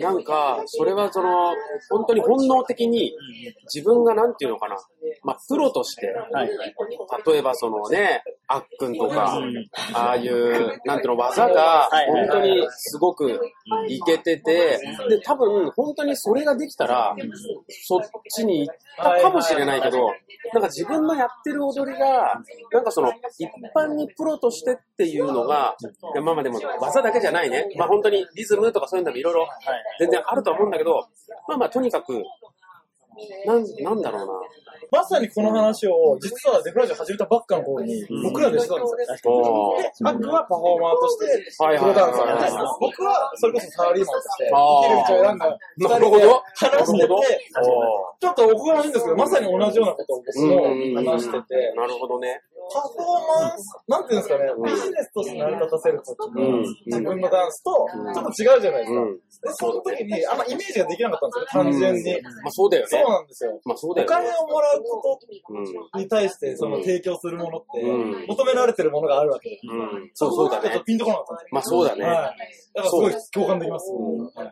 なんか、それはその、本当に本能的に、自分がなんていうのかな。まあ、プロとして、
はい。
例えばそのね、あっくんとか、ああいう、なんていうの、技が
はいはい
本当にすごくいけてて、で、多分本当にそれができたら、そっちに行ったかもしれないけど、なんか自分のやってる踊りが、なんかその、一般にプロとしてっていうのが、いやまあまあでも技だけじゃないね。まあ本当にリズムとかそういうのもいろいろ全然あるとは思うんだけど、まあまあとにかく、なん、なんだろうな。
まさにこの話を、実はデフラジオ始めたばっかの頃に、僕らでしてたんですよ。
おー
で、アックはパフォーマーとして、
はい
プ
はい
ロダンサ
は
ー
い
とし
はい
て。、僕は、それこそサラリーマンとして、
あー
生きる道を選んだ二
なる
人
ほ
で
ど。
話してて、
お
ちょっとおこがましいんですけど、まさに同じようなことを僕も話してて
ー、なるほどね。
パフォーマンス、なんていうんですかね、ビジネスとして成り立たせるとき
うん
の自分のダンスと、ちょっと違うじゃないです
う
か。
ん。
で、その時に、あんまイメージができなかったんですよ、単純に。
まあそうだよ
そう
ね。
なんですよ。
まあそう
お
だよね
金。をもらうこ
うん。
とに対して、その提供するものっ
う
て、
ん
求められてるものがあるわけで。
うん。そうそうだ
ちょっ
ね
と。ピンとこなかったんです
まあそうだね。
はい。だからすごい共感できます。
うん
はい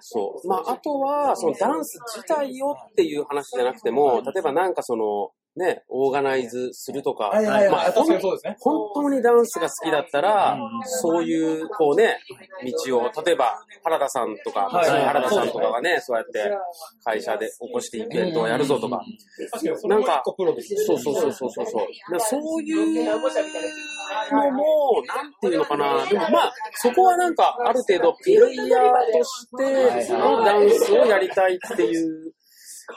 そう。まあ、あとは、そのダンス自体をっていう話じゃなくても、例えばなんかその、ね、オーガナイズするとか、
はいはい
ま
は
あ
い。確かにそうですね。
本当にダンスが好きだったら、そういう、こうね、道を、例えば、原田さんとか、
はい
原田さんとかがね、そうやって、会社で起こしてイベントをやるぞとか、
確かにそれも一個プロですよね。
そうそうそうそうそう。そうそういうのも、なんていうのかな。でもまあ、そこはなんか、ある程度、プレイヤーとしてのダンスをやりたいっていう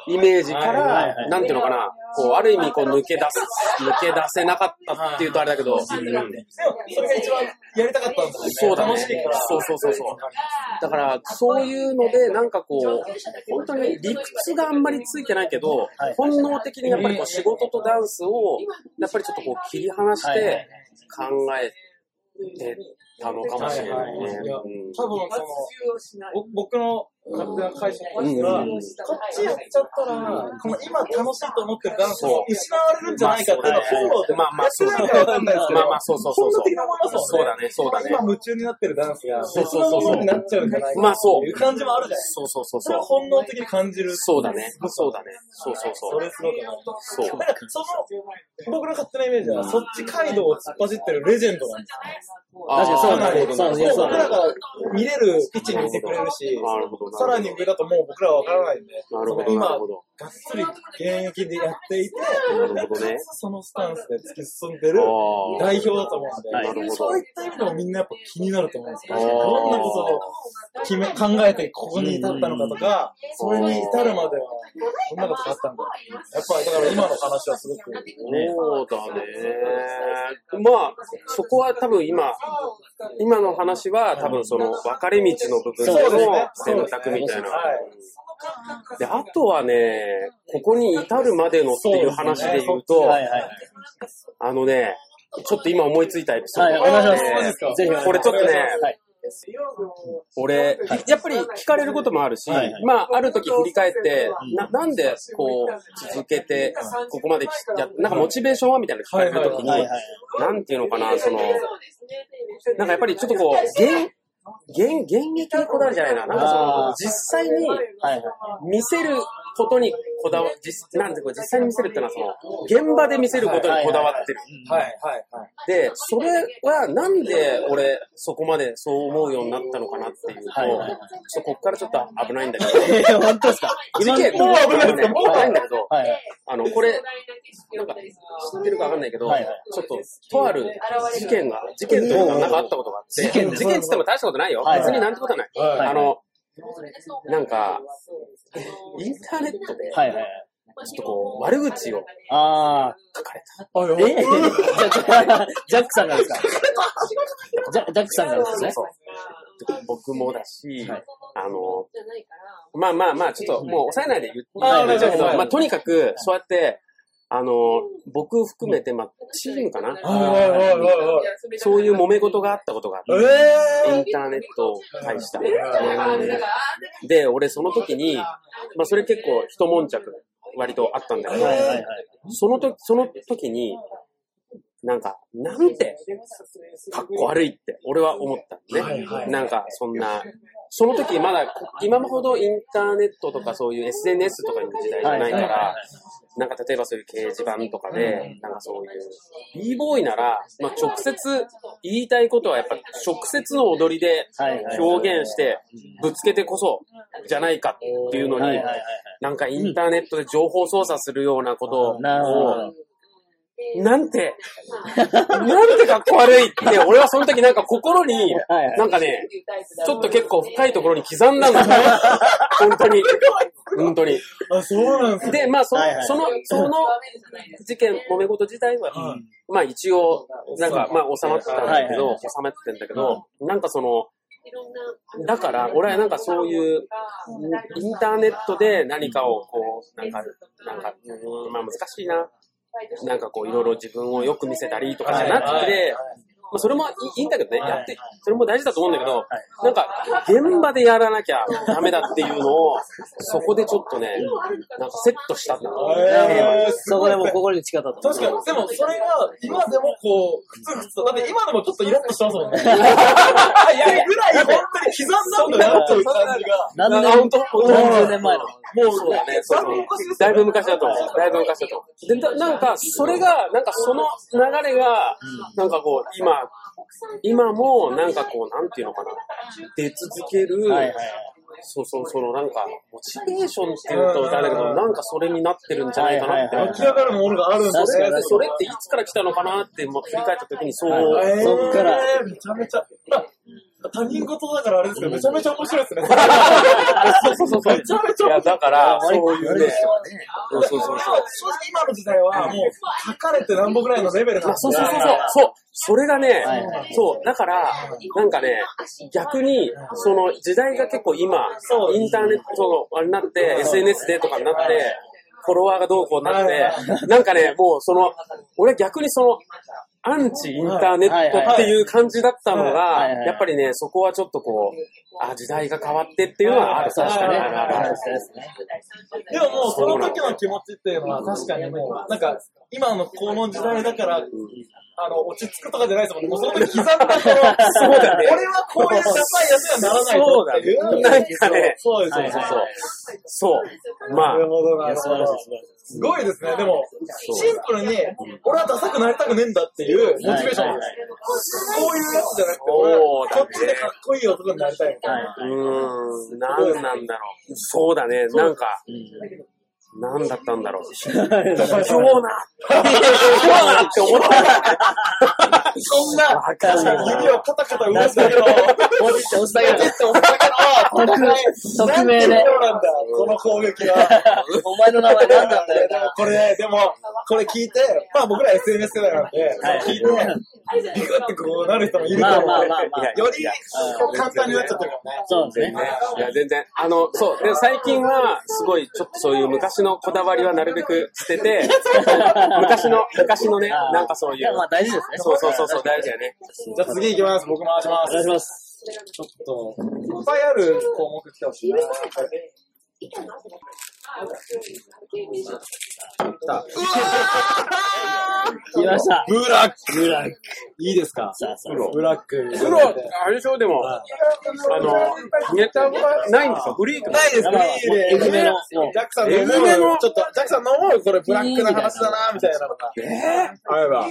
イメージか
はいはいは
ら、
い
なんていうのかな。こう、ある意味、こう、抜け出す、抜け出せなかったっていうとあれだけど、うん
でも、それが一番やりたかったんですよね。
そうだね
楽しいから。。
そうそうそうそう。だから、そういうので、なんかこう、本当に理屈があんまりついてないけど、本能的にやっぱりこう仕事とダンスを、やっぱりちょっとこう切り離して考えてたのかもしれないね。うん
多分、その、ぼ僕の勝手な解釈として
う
は、
ん
こっちやっちゃったら、この今楽しいと思ってるダンスを失われるんじゃないかっていうのは、そう
まあまあ
やってないからわかんないですけど、
まあまあそうそうそう
本
そう
能的なものですも
そ
ね。
うんだね、そうだね
今。夢中になってるダンスが、
そう
別
そう
の
そう
も
そう
のになっちゃうんじゃないか
まあそ
っていう
う。
感じもあるじゃないです
そうそう
か。
そう
それを
そう。
本能的に感じる。
そうだね。そうだね。そうそうそ
それ
う。
すごくある
そう。
だから、その、僕の勝手なイメージは、そっち街道を突っ走ってるレジェンドなんですよ。
確かにそう
かな
だ
り
ね。
僕
そうだね。そうだね。
らが見れる位置にいてくれるし、
なるほど。
さらに上だともう僕らは分からないんで、
なるほ
そ
ど、
の今
なるほど。
がっつり現役でやっていて、
なるほどね。
そのスタンスで突き進んでる
ああ。
代表だと思
なる
う
ほ
んで、
ど
そういった意味でもみんなやっぱ気になると思うんですよ。
あー
どんなことを決め考えてここに至ったのかとか、それに至るまではどんなことがあったんだろう。やっぱりだから今の話はすごく、
そうだね。まあ、そこは多分今、今の話は多分その分かれ道の部分
そうです
で
ね
の選択みたいな
は。
で、あとはね、ここに至るまでのっていう話で言うと、
はいはい。
あのね、ちょっと今思いついたエピソード
はい、お願いし
があ
ま
っ
す。
て
ぜひお願いします。
これちょっとね
はい。
俺、やっぱり聞かれることもあるし、
はいはい
まあ、ある時振り返って、
うん
ななんでこう、続けて、ここまできや、なんかモチベーションはみたいなの聞かれる時に、
はいはい。
なんていうのかな、その、なんかやっぱりちょっとこう、現、現、現役にこだわるじゃないな。なんかそ
あ
の
ー、
実際に
はいはい。
見せることにこだわ、実、なんていうか、実際に見せるっていうのはその、現場で見せることにこだわってる。
はい、はい、はい。
で、それはなんで俺、そこまでそう思うようになったのかなっていうと、
はいはいはい
ちょっとこっからちょっと危ないんだけ ど、
えー、本当ですか
事件、
もう危ないですか
もう危ないんだけど、
はいはい。
あの、これ、なんか、知ってるかわかんないけど、
はいはい
ちょっと、とある事件が、事件というか、なんかあったことがあって、事件って言っても大したことないよ。
はいはい
別になんてことはない。
はいはい
あの、なんか、インターネットで、
はいはい。
ちょっとこう、悪口を
ああ。
書かれた。
えー、じゃあジャックさんがですかジャジャックさんがですね。
僕もだし、
はい
あの、まあまあまあ、ちょっともう抑えないで言っ
はい
言っちゃうけど、
はい
まあとにかく、そうやって、あの、僕含めて、まあ、チームかな
はい、はい、はい、はい。
そういう揉め事があったことがあって、
え
インターネットを介した。
は
で、俺その時に、まあそれ結構一悶着割とあったんだけど
はい、はいはい。
その時、その時に、なんか、なんて、かっこ悪いって、俺は思った
はい
ね。
はい
なんか、そんな、その時まだ、こ今ほどインターネットとかそういう SNS とかいう時代じゃないから、なんか例えばそういう掲示板とかで、なんかそういう、b ボーイなら、まあ、直接言いたいことはやっぱ直接の踊りで表現して、ぶつけてこそ、じゃないかっていうのに、なんかインターネットで情報操作するようなことを、
なるほど。
なんて、なんてかっこ悪いって、俺はその時なんか心に、なんかね、ちょっと結構深いところに刻んだん だね。本当に。本当に。
あ、そうなんです
で、まあ、そ
はいはい
その、その事件、揉め事自体は、まあ一応、なんか、まあ収まってたんだけ
はいは
ど、収まってんだけど、なんかその、だから、俺はなんかそういう、インターネットで何かをこう、なんか、なんか、うんまあ難しいな。なんかこう、いろいろ自分をよく見せたりとかじゃなくて、まあそれもいいいいんだけどね、やって、それも大事だと思うんだけど、なんか、現場でやらなきゃダメだっていうのを、そこでちょっとね、なんかセットしたんだ。
えー、
そこでもう心に誓ったと。
確かに、でもそれが今でもこう、ふつふつと、だって今でもちょっとイラッとしてますもんね。いや、ぐらい本当に刻んだんだなっていう感じが。
何
あ
年
本当本当
何十年前の。
もうそうだね。そうそうだいぶ昔だと思う。だいぶ昔だと思う。で、ななんか、それが、なんかその流れが、なんかこう、今、今も、なんかこう、なんていうのかな。出続ける、
はいはい。
そうそう、そのなんか、モチベーションっていうと、誰けど、なんかそれになってるんじゃないかなって。
はいはい
明らかなものがあるんです
確かに
ね。
それっていつから来たのかなって、もう振り返った時に、そう、
はい
えー、
そっから
めちゃめちゃ。あ他人事だからあれですけど、めちゃめちゃ面白いですね。
そうそうそう そう。
めちゃめちゃ
いや、だから、
あれ
そういうね、そうそうそうそう。
正直今の時代はもう書かれてなんぼぐらいのレベルなん
あ
です
そう
よ
そうそうそう。そう。それがね、
はいはい
そう。だから、なんかね、逆に、その時代が結構今、インターネットのあれになって、SNS でとかになって、フォロワーがどうこうになって、なんかね、もうその、俺は逆にその、アンチインターネットっていう感じだったの
は
が
いはい、
やっぱりね、そこはちょっとこう、あ、時代が変わってっていうのはある。
確かにね。
あるあるある
確かにですね。
でももうその時の気持ちっていうのは確かにもう、なんか今のこの時代だから、あの、落ち着くとかじゃないですもんね。もうその時刻んだこの、
そうだね
俺はこういうダサいやつにはならないぞっていう。
そうだねなん
そ
かね
うです
そ
よ
う
ね。
そう
そ
そうう。そう。ま
な
あ
る、ほどなる
素
ほ
晴らしい
ど。
素晴らしい。
すごいですね。でも、シンプルに、俺はダサくなりたくねえんだっていうモチベーションなんです。こういうやつじゃなくて、俺はこっちでかっこいい男になりたいみたいな。
うーん、なんなんだろう。そうだね、なんか、なんだったんだろう。卑怯な、卑怯なって思った。
そんな、
わかんないな
指をカタカタ動かすだけの、ポ
ポチって押したけど、
チッと押すだけの、
匿名で。
そうなんだ、この攻 撃は。
お前の名前何なんだよ。
これね、でも、これ聞いて、まあ僕ら SNS 世代なんで、聞いて、ビクってこうなる人もいると思うんで、
まあまあまあまあ
よりこう簡単になっちゃってるからね。
そうです
全
ね。
然いや、全然。あの、そう。で、最近は、すごい、ちょっとそういう昔のこだわりはなるべく捨てて、昔の、昔のね、
あー
なんかそうい
や、
う。
まあ大事ですね。
そうそうそう、そう大事だよね。
じゃあ次行きます、僕回しま
お願い
す。
します。
ちょっと、いっぱいある項目来てほしいな。
来ました。
ブラック
ブラック。
いいですか
さあさあ。
ブラック。
プロ、あれでしょ、でも、あの、ネタはないんですよ。フリーク。
ないです、
だ
フ
から、
リ
エ
ー
グ
で。
めの、
ジャックさんの思う、ちょっと、ジャックさんの思う、これブラックな話だな、みたいなのが。えあれば。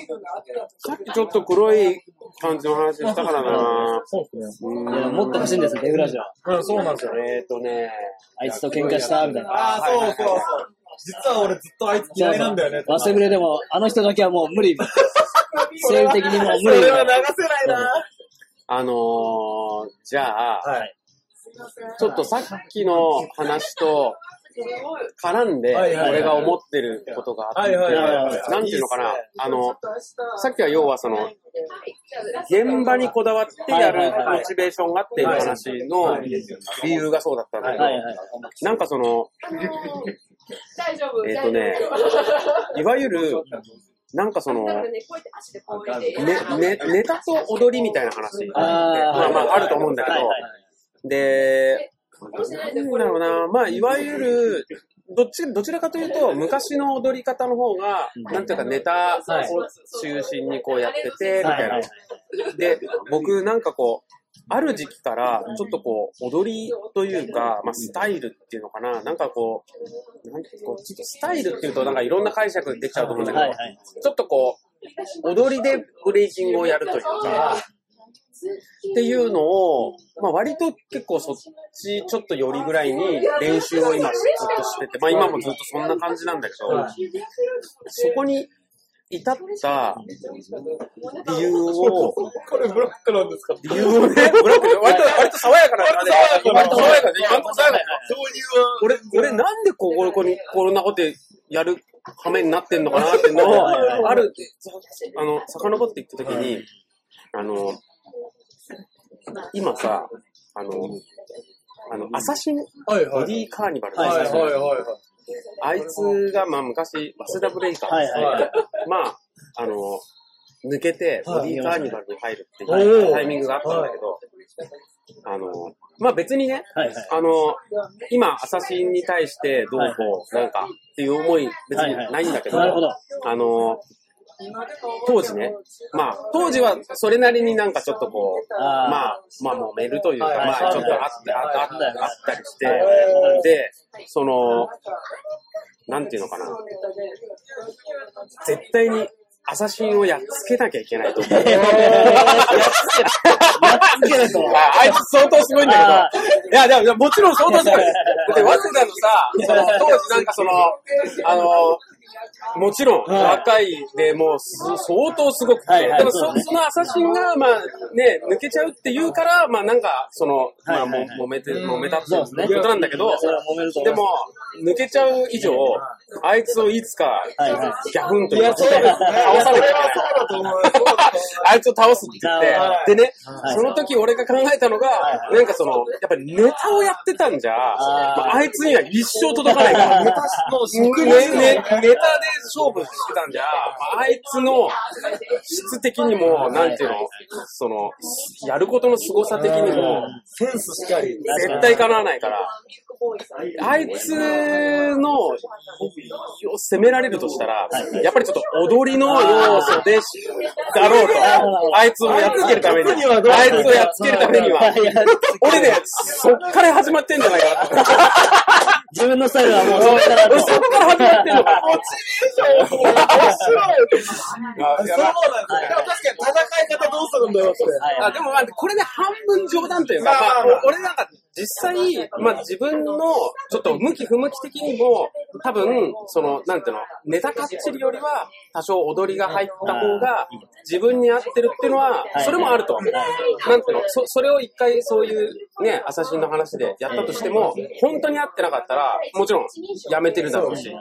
さっきちょっと黒い感じの話したからな
そうですね。
うん
いやもっと欲しいんですよ、デフラジオ。
うん、そうなんですよね。
えっとね、
あいつと喧嘩した、みたいな。
ああ、そうそうそう。実は俺ずっとあいつ嫌いなんだよね。
忘れでも、あの人だけはもう無理。生理的にもう
そ
無理。
れは流せないな。
あのー、じゃあ、
はい。
ちょっとさっきの話と絡んで、
はいはいはい
俺が思ってることがあっ
はい
て、
はいはいはい。
なんていうのかな、あの、さ
さ
っきは要はその、現
現場
場
に
にこだわってやるモチベーションがあっていう話の理由がそうだったんだけど
は、いはい。
なんかその、
大丈夫
えっとねいわゆる、なんかその、ね、ね、ネタと踊りみたいな話。
あー
まあまああると思うんだけど
はいはいはい
で、なんだろうな、まあ、いわゆる、どっち、どちらかというと、昔の踊り方の方が、なんていうかネタを中心にこうやってて、みたいな。で、僕なんかこう、ある時期から、ちょっとこう、踊りというか、まあ、スタイルっていうのかな、なんかこう、なんていうかこうちょっとスタイルっていうと、なんかいろんな解釈できちゃうと思うんだけど、
はいはい
ちょっとこう、踊りでブレイキングをやるというか、っていうのを、まあ、割と結構そっちちょっとよりぐらいに練習を今ずっとしてて、まあ、今もずっとそんな感じなんだけど、そこに至った理由を、
これブラックなんですか
理由をね、ブラックで割と、割と爽やかな感じで。割と爽やかで、今のところ爽やか俺、俺なんでここに、こんなことやる羽目になってんのかなっていうのを、ある、あの、遡っていったときに、あの、今さ、あの、あの、アサシン、
はい
ボ
は
デ
い。
ィーカーニバルの
はい
ア
は
サ
い
シン
はいはい。
あいつが、まあ、昔、早稲田ブレイカー
はい
ズ
はいはい。
まあ、あの、抜けて、ボ
はい
ディーカーニバルに入るって
お
い
ー
うタイミングがあったんだけど、あの、まあ別にね、
はいはい。
あの、今、アサシンに対してどうこう、なんかっていう思い、別にないんだけど、
なるほど。
あの、当時ね、まあ、当時はそれなりになんかちょっとこう、
あー
まあ、まあ揉めるというか、
はい
まあちょっとあって、あああったりして、で、その、なんていうのかな、絶対にアサシンをやっつけなきゃいけないと思 う。
やっつけると。
ああいつ相当すごいんだ
あ
けど。いや、でもいや、もちろん相当すごいです。だって、早稲田のさ、その当時なんかその、あの、もちろん、若いで、もうす、相当すごくて、
はいはい
でも
そう
そ、
です
その朝シンが、まあ、ね、抜けちゃうっていうから、まあ、なんか、その、まあ、
はいはい
も
はい
揉めて、揉めたって
そうですね
いうことなんだけど、
それは揉めると思
で
います
も、抜けちゃう以上、あいつをいつか
はいはい、
ギャフンと
いや、そうですね。
倒さなきゃいけない。
そうだと思う。そうだと思う
あいつを倒すって言
は
って、でね、
はい
その時俺が考えたのが、なんかその、やっぱりネタをやってたんじゃ、
あー
まあ、あいつには一生届かないから、ネタのしねねネタで勝負してたんじゃ、まあ、あいつの質的にも、なんていうの、その、やることの凄さ的にも、
センスしかり。
絶対叶わないから、あいつの、を責められるとしたら、やっぱりちょっと踊りの要素でし、だろうと。あいつをやっつけるために。あいつをやっつけるためには。俺ね、そっから始まってんじゃ ないかなと。
自分のスタイルはもうそっから
俺そっから始まってんの か
そうなんですよ。でも確かに戦い方どうするんだよって。
な。あでもまあ、これで半分冗談というか、まあ、俺なんか実際、まあ自分の、ちょっと向き不向き的にも、多分、その、なんていうの、ネタかっちりよりは、多少踊りが入った方が、自分に合ってるっていうのは、それもあると。なんていうの、そ、それを一回そういう、ね、朝シンの話でやったとしても、本当に合ってなかったら、もちろん、やめてるだろうし。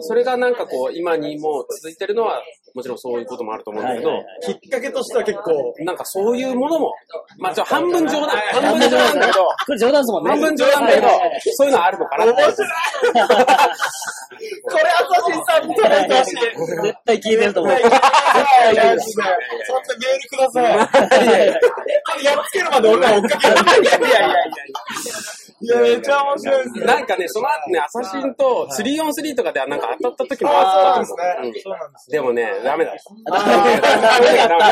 それがなんかこう、今にもう続いてるのは、もちろんそういうこともあると思うんだけど、
はいはいはい
きっかけとしては結構。
なんかそういうものも、まあ、ちょ、半分冗談、半分冗談だけど、
これ冗談ですもんね。
半分冗談だけど
はいはいはい、
そういうのはあるのかなって。
これ、朝日さん見たらいいしい。
絶対聞いてると思う。
いやいやいや、ちょっとメールください。やっつけるまで俺ら追っかける。いやいやいやいや。いや、めっちゃ面白いですね。
なんかね、その後ね、アサシンと 3on3 とかではなんか当たった時も
あ
あ
あ、
った
そ
と
う
思う。
です
うん
ね。そうなんです
でもね、ダメだ。
やっ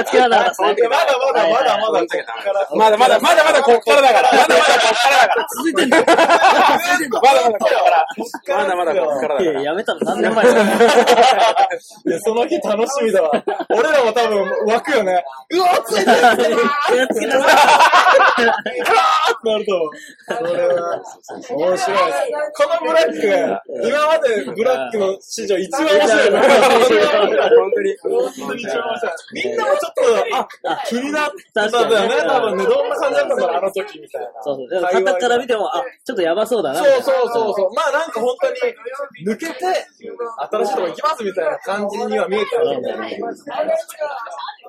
つけられなかったですね
よ。まだまだまだまだ、
まだまだ、まだまだこっからだから。まだまだこっからだから。続いてんだ まだまだこっから。まだまだこっからだ
い
か
や
ら。
やめたの何年前ですか
いや、その日楽しみだわ。俺らも多分湧くよね。うわ、ついてるやついてる
やっつけなさ
ってなると思う。それは、面白いです。このブラック、今までブラックの史上一番面白い。
本当に。
本当に一番面白い。みんなもちょっと、あ、気になったんだよね、多分ね。どんな感じだったんだろう、あの時みたいな。
そうそう。でも、肩から見ても、あ、ちょっとやばそうだな。
そうそうそうそう。まあなんか本当に、抜けて、新しいとこ行きますみたいな感じには見えたよね。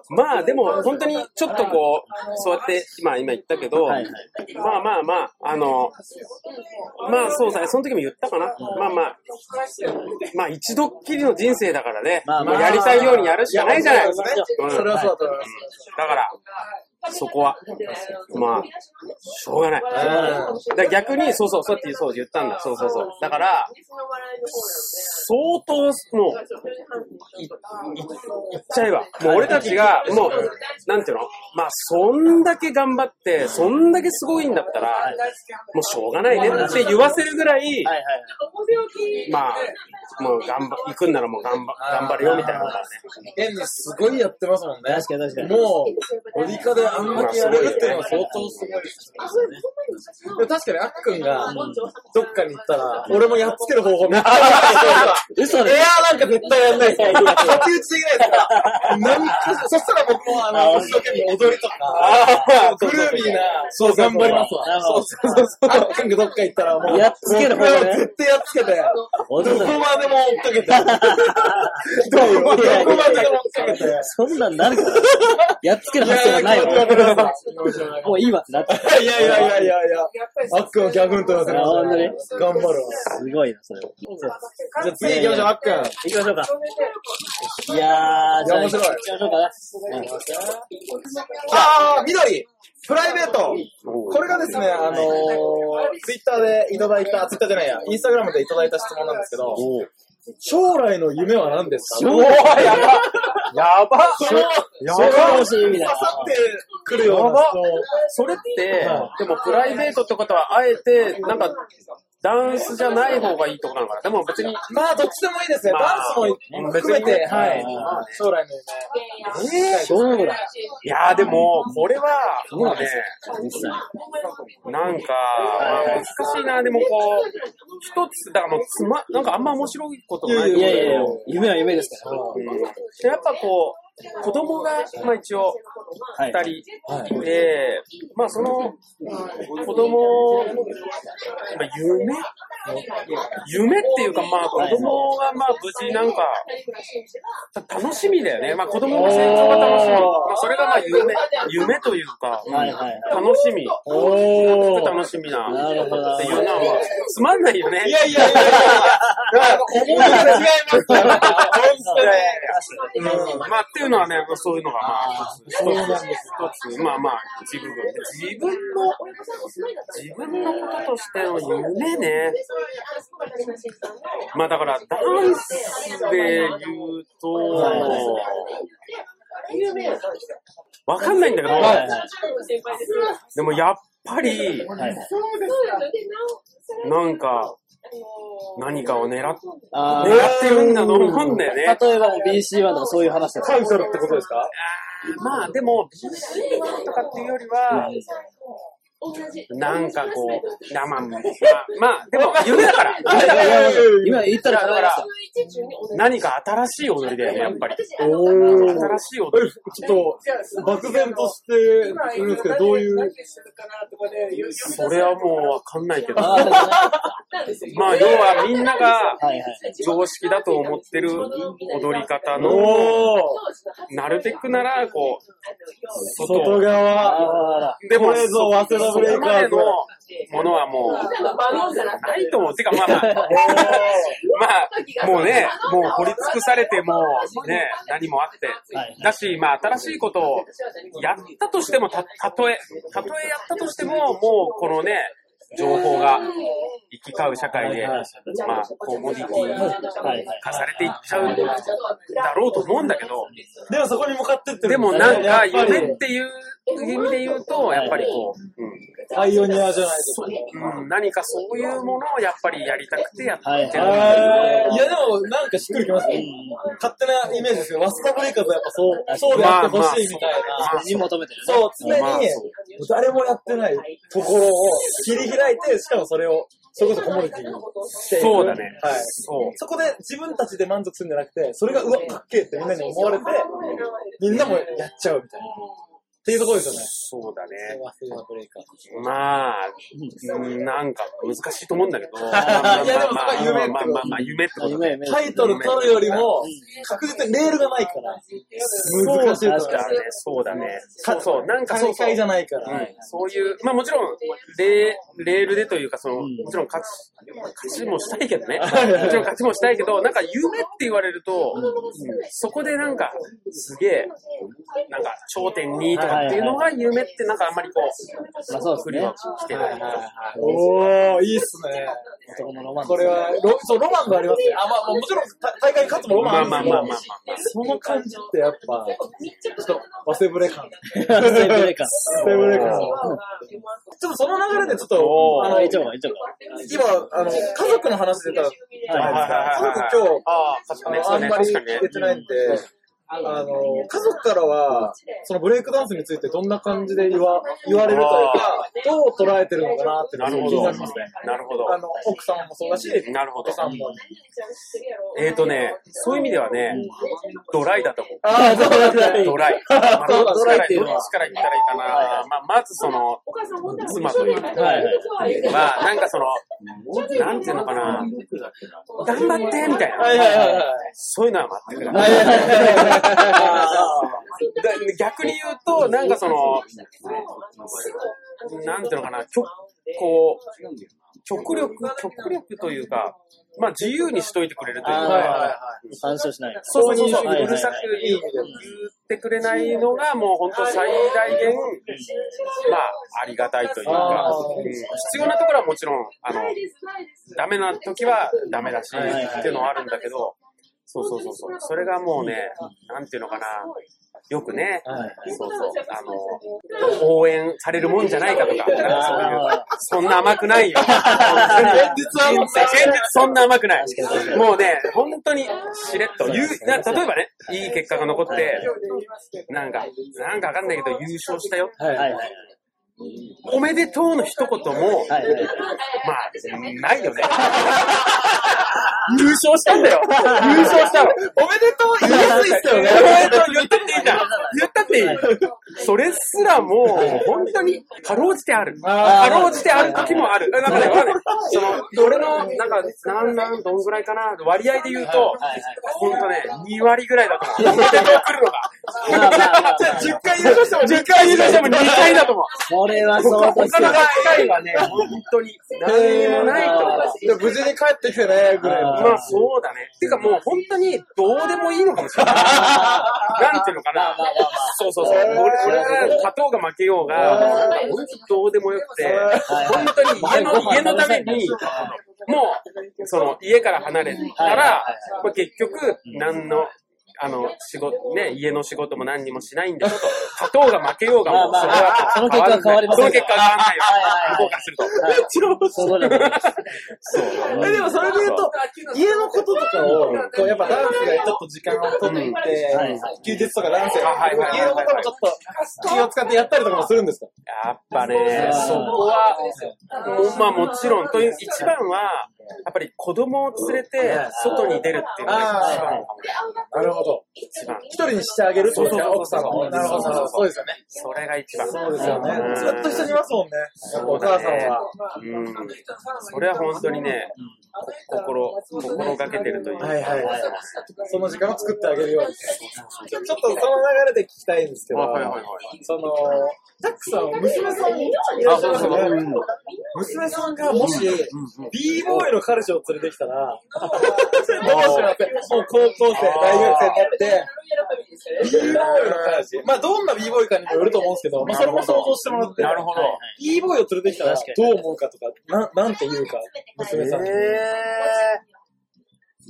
まあでも本当にちょっとこう、そうやって今、今言ったけど、
はいはい。
まあまあまあ、あの、まあそうだね、その時も言ったかな。まあまあ、まあ一度っきりの人生だからね、
まあまあ
もうやりたいようにやるしかないじゃない
や
で
も
す
ち
か。
ろん
うん
それはそうだと思います。
だから、そこは、まあ、しょうがない。だから逆に、そうそう、そうやってそう言ったんだ。そうそうそう。だから、相当、もう、いっちゃえば。もう俺たちが、もう、なんていうのまあ、そんだけ頑張って、そんだけすごいんだったら、もうしょうがないねって言わせるぐらい、
はいはい。
まあ、もう頑張、行くんならもう頑張、頑張るよみたいな感
現にすごいやってますもんね。
確かに確かに。
もう、オリカであんだけやれるっていうのは相当すごいですね。でも確かにあっくんが、どっかに行ったら、俺もやっつける方法見つけた
じ。嘘
いやーなんか絶対やんないです。太刀打ちできないですから。何かしそしたら僕もあの、一生懸命踊りとか、
あ
グルービーな、そう頑張りますわ。そうそうそう。あっくんがどっか行ったらもう、
やっつける方
僕
法
は
ね
絶対やっつけて、ど
女
こ
だよ
までも追っ かけて。どこまでも追っかけて。
そんなんなるから。やっつける
いや
発想が
い
な
や
い
や
よ
め。てくださ
もういいわってなった。す
いいやいやいやいやいや。あっくんはギャグンと言わせま
あ本当に
した。頑張るわ。
ごいな、それ。
じゃあ次行きましょう、あっくん。
行きましょうか。いやー、じゃあ
面白い
行きましょうかな。
ああ、緑プライベートこれがですね、あのー、ツイッターでいただいた、ツイッターじゃないや、インスタグラムでいただいた質問なんですけど、将来の夢は何ですか
おー、やばやば
その、や
ば
刺さってくるような質問。
それって
は、
でもプライベートってことは、あえて、なんか、ダンスじゃない方がいいってことなのかな。でも別に、
まあ、どっちでもいいですね。
まあ
ダンスも含めて、
別に
はい。将来の夢。え
そうだ。
いやーでも、これは、もうね、なんか、まあ難しいな、でもこう、一つ、だからもうつま、なんかあんま面白いことな
い
い
やいやいや
うん、
夢は夢ですから。
でやっぱこう、子供が、まあ一応、
はい。
二人いて、まあその、子供、まあ夢夢っていうかまあ子供がまあ無事なんか、た楽しみだよね。まあ子供の成長が楽しみ。まあそれがまあ夢、夢というか、
はいはい。
楽しみ。
おー。
楽しみな。
なるほど
っていうのは、つまんないよね。
いやいやいやいや思いが違いますから。
うんまあっていうのはね、そういうのがまあ、一つ、一つ、まあまあ、一部分。自分の、自分のこととしての夢ね。まあだから、ダンスで言うと、わかんないんだけど、
はい
でもやっぱり、
はい。
なんか、何かを狙っ、
あ
狙ってるんだと思うんだよね。
ー、例えばもう BC1 とかそういう話だ
カンセルってことですか
まあでも、BC1 とかっていうよりは、なんかこう、まあまあ、まあ、でも夢だから。
いやいやいや今言ったら
だ
考
か
えま
ら
した。、
何か新しい踊りだよね、やっぱり。
おー。
新しい
え
踊り。
ちょっと、漠然としているんですけど、どういう。
それはもうわかんないけど。
あー
まあ、要はみんなが
はいはい。
常識だと思ってる踊り方の、
おー。
なるべくなら、こう、
外
外を。
側。
あ
で
こ
も、
れぞ早稲田
そ
ブレイ
こ
カ
まで
ーズ
のものはもう、ないと思う。てか、まあまあ、 まあ、もうね、もう掘り尽くされて、もうね、何もあって。
ーはい
だし、まあ、新しいことをやったとしても、た、たとえ、たとえやったとしても、もうこのね、情報が行き交う社会で、
はい
まあ、コモディティ
はい。
化されていっちゃうんだろうと思うんだけど、
でもそこに向かってってる
でもなん
や
か、
っぱり
夢っていう意味で言うと、やっぱりこう、
パイオニアじゃないですか。
うんうん、何かそういうものをやっぱりやりたくてやって
はい
る。
えーいやでもなんかしっくりきますね。勝手なイメージですけど、ワスタブレイカーズはやっぱそう、そうであってほしいみたいな。
まあ
に求めてる。
そう、常
まあ
に誰もやってないところを切り開いて、しかもそれを、それこそコモディティにしていく。
そうだね
はい。
そう。
そこで自分たちで満足するんじゃなくて、それがうわ、かっけえってみんなに思われて、みんなもやっちゃうみたいな。っていうところですよね。
そうだね。
ワスタブレイカーズ。
まあ、うんなんか難しいと思うんだけど。まあ
いやでもそこは夢ってこと
まあまあまあ夢ってこと
夢夢。
タイトル取るよりも、確実にレールがないから、難しいと思い
だ
ます
ね。そうだね。そうそう。なんかそう
大
そう。
会じゃないか
う
ら。
ん、そういう、まあもちろん、レーレールでというか、その、
ん
もちろん勝ち、勝ちもしたいけど ね。もちろん勝ちもしたいけど、なんか夢って言われると、うんそこでなんか、すげえ、なんか頂点にとか、かっていうのが夢ってなんかあんまりこ
まあそう
う、
です
ふり
ね
は。来てない。
おー、いいっすね。
男のロマンです
これは、ロそう、ロマンがありますね。あ、まあ、もうもちろん、た大会に勝つもロ
ま
マ
あ
ン
ま
あ
あ
るんですけ
ま
ど
あまあまあ。
その感じってやっぱ、ちょっと、忘れぶれ感。
セーブレーカー。
忘れぶれ感。ちょっとその流れでちょっと、あの、
あ、一
今、
応か、一応か。
あの、家族の話出たじゃないですか。
はいはいはいはい
家族今日、
ああ、確かにね、そ
あ
うね、
んまり言
確かにね
え。てないんで、あの、家族からは、そのブレイクダンスについてどんな感じで言わ言われるというか、どう捉えてるのかなっていうの
な
が
るほ
気に
ど
なりますね。。
なるほど。
あの、奥様もそうだし、
なるほ
お
ど
子。さんも。
えっとね、そういう意味ではね、ドライだと思う。
ああ、そうだね。
ドライ。まあどっちからどっちから言ったらいいかな。まあ、まずその、妻というか、
はいはい。
まあ、なんかその、なんていうのかな、頑張ってみたいな。
はいはいはいはい。
そういうのは全くない。
は
だ逆に言うと、なんかその、なんていうのかな、極こう、極力、極力というか、まあ自由にしといてくれるという
い
あ
は
ー
いはい
か、
はい。
参照しない。
そうそうそう、
はいう
るさく言ってくれないのが、もう本当最大限、まあ、ありがたいというか
あー、
うん必要なところはもちろん、あの、ダメな時はダメだし、
はいはいはい
っていうのはあるんだけど、そうそうそうそう、それがもうね、なんていうのかな、よくね、
はい。
そうそう、あの、応援されるもんじゃないかとか、なんかそういう、そんな甘くないよ。現実は現実 そんな甘くない。もうね、本当にしれっと、言うな例えばね、いい結果が残って、なんか、なんかわかんないけど優勝したよ。
はいはいはい。
おめでとうの一言も、
はいはい。
まあ、な いよね。優勝したんだよ。優勝したの。
おめでとう言いやすいっすよね。
言ったっていいじゃん。言ったっていい。それすらもう、本当に、かろうじてある。かろうじてある時もある。なんかね、わかん ないその、俺の、なんか、なんなん、どんぐらいかな、割合で言うと、本当ね、2割ぐらいだと 思う。来るのが。
まあまあまあ
10回優勝しても、10回優勝しても2回だと思う。
これは相当
他
必
の
要。
8回はね、本 当に、何にもないと思う。
で無事に帰ってきてね、ぐらいの。
まあそうだね。てかもう本当にどうでもいいのかも しれない。なんていうのかな。そうそうそう。俺俺が勝とうが負けようが、本当どうでもよくて、本当に家の家のために、もう、その家から離れたら、これ結局、何の、あの、仕事、ね、家の仕事も何にもしないんだよと。勝とうが負けようがもう、それは
その結果は変わりません
その結果は変わらないよ
はいはいは。い
どうかすると。
そうそうだね
えでもそれで言うと、家のこととかを、こうやっぱダンスでちょっと時間を取って、
はいはい
休日とかダンスで、
あはいはいはいはい
家のこともちょっと気を使ってやったりとかもするんですか
やっぱね、そこは、もまあもちろん、という一番は、やっぱり子供を連れて外に出るっていうのが一番、
なるほど。
一番。
一人にしてあげるってことですね
そう
奥
そうそう
様を。なるほど、なるほどそうですよね。
それが一番。
そうですよ
う
ね。
ん
ずっと一緒にいますもんね。やっぱお母さんは。
うん。それは本当にね、心、心がけてるというか。
はいはいはい。その時間を作ってあげるように。ちょちょっとその流れで聞きたいんですけ
あ
ど、
はいはいはい。
その、ジャックさんは娘さんに、
あ、そうそうそう。うん
娘さんがもし、b ボーイの彼氏を連れてきた ら、どうしますもう高校生、大学生になって、b ボーイの彼氏。まあ、どんな b ボーイかにもよると思うんですけど、まあ、それも想像してもらって、
なるほど。
b ボーイを連れてきたら、どう思うかとか、ななんて言うか、娘さんに。
え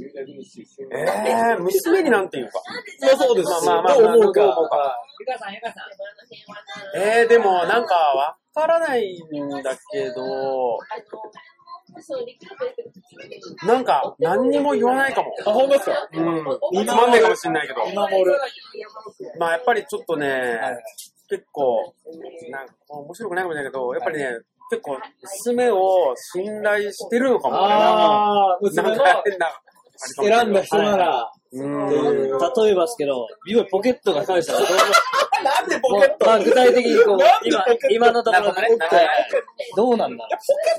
ー、娘になんていうか。
まあ、そうですし
まあまあまあ
どう思うか。
どう思うえー、でもなんかわからないんだけど、なんか何にも言わないかも。
あ、本当ですか
うん。つまんないかもしれないけど。
見守る。
まあやっぱりちょっとね、結構、なんか面白くないかもしれないけど、やっぱりね、結構娘を信頼してるのかもね。
ああ、
な
娘
ん
の
か変な。
選んだ人なら、
うん。
例えばですけど、今ポケットが返したらどう思
なんで
う
ポケット
まあ具体的にこう、今、今のところ、
なるほどね
はいどうなんだ